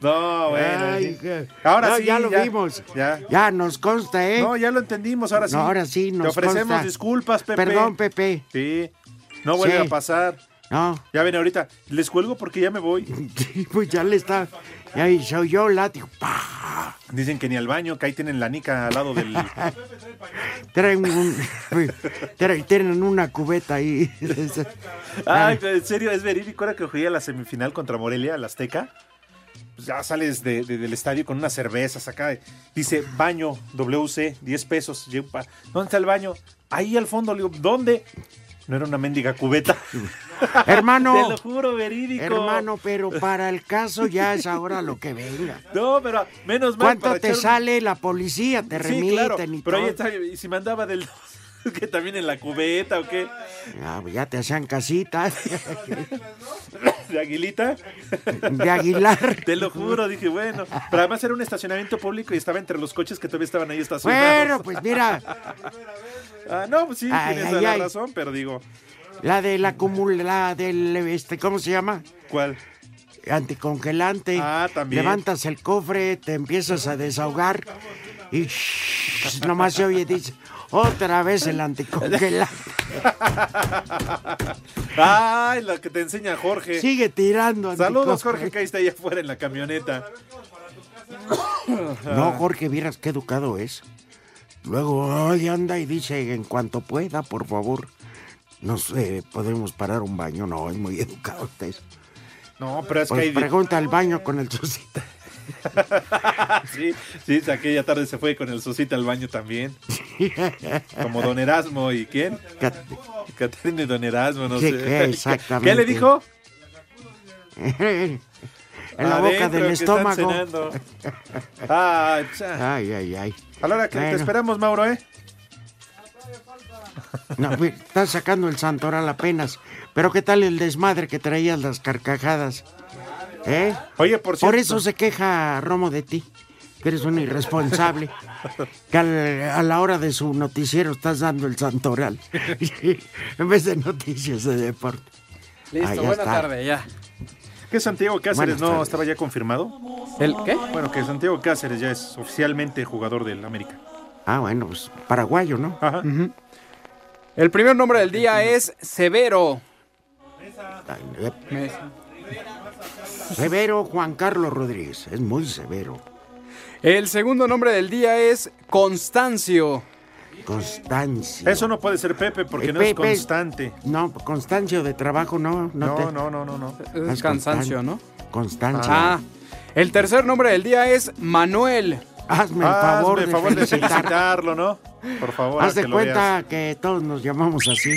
Speaker 2: No, bueno.
Speaker 3: Ay,
Speaker 2: sí.
Speaker 3: que-
Speaker 2: Ahora
Speaker 3: No,
Speaker 2: sí.
Speaker 3: ya lo vimos.
Speaker 2: Ya.
Speaker 3: Ya nos consta, ¿eh?
Speaker 2: No, ya lo entendimos, ahora sí.
Speaker 3: No, ahora sí nos
Speaker 2: Te ofrecemos
Speaker 3: consta.
Speaker 2: disculpas, Pepe.
Speaker 3: Perdón, Pepe.
Speaker 2: Sí. No vuelve
Speaker 3: Sí.
Speaker 2: a pasar.
Speaker 3: No.
Speaker 2: Ya ven ahorita. Les cuelgo porque ya me voy.
Speaker 3: Sí, pues ya le está. Ya soy yo, látigo.
Speaker 2: Dicen que ni al baño, que ahí tienen la nica al lado del.
Speaker 3: Traen un- traen- tienen una cubeta ahí.
Speaker 2: Ay, pero Ah, en serio, es verídico. Ahora que jugué a la semifinal contra Morelia, la Azteca, pues ya sales de- de- del estadio con unas cervezas acá. Dice baño WC, 10 pesos. Llego pa- ¿Dónde está el baño? Ahí al fondo, le digo, ¿dónde? No era una mendiga cubeta.
Speaker 3: Hermano.
Speaker 2: Te lo juro, verídico.
Speaker 3: Hermano, pero para el caso ya es ahora lo que venga.
Speaker 2: No, pero menos mal.
Speaker 3: ¿Cuánto
Speaker 2: para
Speaker 3: te
Speaker 2: echar un-
Speaker 3: sale la policía? Te remiten
Speaker 2: Sí, claro,
Speaker 3: y
Speaker 2: pero ahí
Speaker 3: todo.
Speaker 2: está, y si mandaba del que también en la cubeta o qué,
Speaker 3: Ah, pues ya te hacían casitas.
Speaker 2: de aguilita.
Speaker 3: De aguilar.
Speaker 2: Te lo juro, dije, bueno. Pero además era un estacionamiento público y estaba entre los coches que todavía estaban ahí estacionados.
Speaker 3: Bueno, pues mira,
Speaker 2: Ah, no, pues sí,
Speaker 3: Ay,
Speaker 2: tienes
Speaker 3: ay,
Speaker 2: toda la
Speaker 3: ay.
Speaker 2: razón, pero digo,
Speaker 3: la de la acumula- la del este, ¿cómo se llama?
Speaker 2: ¿cuál?
Speaker 3: Anticongelante.
Speaker 2: Ah, también.
Speaker 3: Levantas el cofre, te empiezas a desahogar y shhh, nomás se oye dice, otra vez el anticongelante.
Speaker 2: Ay, la que te enseña Jorge.
Speaker 3: Sigue tirando
Speaker 2: Saludos,
Speaker 3: anticongelante.
Speaker 2: Jorge, que ahí está allá afuera en la camioneta.
Speaker 3: No, Jorge, vieras qué educado es. Luego, ay, anda y dice, en cuanto pueda, por favor, nos eh, podemos parar un baño. No, es muy educado usted.
Speaker 2: No, pero es que
Speaker 3: Pues
Speaker 2: hay...
Speaker 3: pregunta al baño con el susita.
Speaker 2: Ah, sí, sí, aquella tarde se fue con el Sosita al baño también. Como Don Erasmo y quién? Caterina y Don Erasmo, no
Speaker 3: Sí,
Speaker 2: sé.
Speaker 3: que exactamente.
Speaker 2: ¿Qué le dijo? E-
Speaker 3: en la boca
Speaker 2: Adentro,
Speaker 3: del
Speaker 2: que están
Speaker 3: estómago.
Speaker 2: cenando. Ay, pues, ah.
Speaker 3: Ay, ay, ay.
Speaker 2: A la hora que
Speaker 3: Bueno.
Speaker 2: te esperamos, Mauro, ¿eh?
Speaker 3: No, güey, estás sacando el santoral apenas. Pero ¿qué tal el desmadre que traías las carcajadas? ¿Eh?
Speaker 2: Oye, por
Speaker 3: Por
Speaker 2: cierto.
Speaker 3: eso se queja Romo de ti. que eres un irresponsable, que al- a la hora de su noticiero estás dando el santoral, en vez de noticias de deporte.
Speaker 2: Listo,
Speaker 3: Ahí
Speaker 2: buena
Speaker 3: está.
Speaker 2: tarde, ya. ¿Qué Santiago Cáceres
Speaker 3: Buenas
Speaker 2: no
Speaker 3: tardes.
Speaker 2: estaba ya confirmado?
Speaker 3: ¿El qué?
Speaker 2: Bueno, que Santiago Cáceres ya es oficialmente jugador del América.
Speaker 3: Ah, bueno, pues paraguayo, ¿no?
Speaker 2: Ujú.
Speaker 16: El primer nombre del día es Severo.
Speaker 3: Eh, Severo Juan Carlos Rodríguez, es muy severo.
Speaker 16: El segundo nombre del día es Constancio.
Speaker 3: Constancia.
Speaker 2: Eso no puede ser Pepe porque
Speaker 3: Eh,
Speaker 2: no
Speaker 3: Pepe,
Speaker 2: es constante.
Speaker 3: No, Constancio de trabajo no. No,
Speaker 2: No,
Speaker 3: te-
Speaker 2: no, no, no, no.
Speaker 3: no
Speaker 16: Es cansancio,
Speaker 3: constan-
Speaker 16: ¿no?
Speaker 3: Constancio.
Speaker 16: Ah. El tercer nombre del día es Manuel.
Speaker 3: Hazme el favor de
Speaker 2: Ah, favor de
Speaker 3: felicitar.
Speaker 2: felicitarlo, ¿no? Por favor,
Speaker 3: Haz de
Speaker 2: que lo veas.
Speaker 3: cuenta que todos nos llamamos así.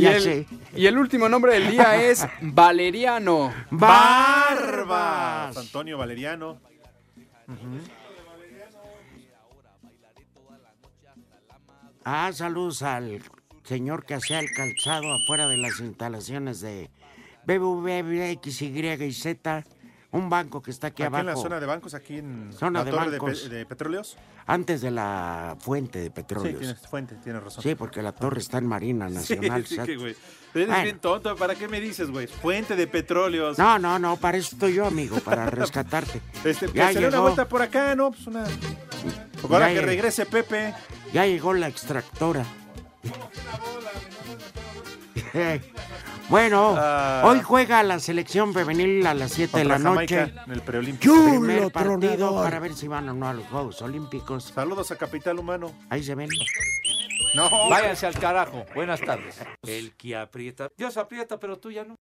Speaker 3: ya
Speaker 16: el,
Speaker 3: sé.
Speaker 16: y el último nombre del día es Valeriano.
Speaker 2: Barbas. Antonio Valeriano.
Speaker 3: Ah, saludos al señor que hacía el calzado afuera de las instalaciones de BBVXY y Z, un banco que está aquí,
Speaker 2: Aquí
Speaker 3: abajo.
Speaker 2: en la zona de bancos, aquí en
Speaker 3: Zona
Speaker 2: la
Speaker 3: de
Speaker 2: torre de,
Speaker 3: bancos.
Speaker 2: pe- de petróleos.
Speaker 3: Antes de la fuente de
Speaker 2: Sí,
Speaker 3: petróleo.
Speaker 2: tienes fuente, tienes razón.
Speaker 3: Sí, porque la torre está en Marina Nacional.
Speaker 2: Sí, sí,
Speaker 3: exacto.
Speaker 2: que, güey. Eres
Speaker 3: Bueno.
Speaker 2: bien tonto, ¿para qué me dices, güey? Fuente de petróleos.
Speaker 3: No, no, no, para eso estoy yo, amigo, para rescatarte.
Speaker 2: Este,
Speaker 3: ya
Speaker 2: que se dé una
Speaker 3: llegó.
Speaker 2: vuelta por acá, ¿no? Pues una. Ahora
Speaker 3: Ya
Speaker 2: que
Speaker 3: llegó.
Speaker 2: regrese Pepe.
Speaker 3: Ya llegó la extractora. bueno, hoy juega la selección femenil a las 7 de
Speaker 2: Ah. Contra
Speaker 3: la
Speaker 2: Jamaica
Speaker 3: noche.
Speaker 2: en el preolímpico.
Speaker 3: Primer partido para ver si van o no a los Juegos Olímpicos.
Speaker 2: Saludos a Capital Humano.
Speaker 3: Ahí se ven.
Speaker 2: No.
Speaker 6: Váyanse al carajo. Buenas tardes. El que aprieta. Dios aprieta, pero tú ya no.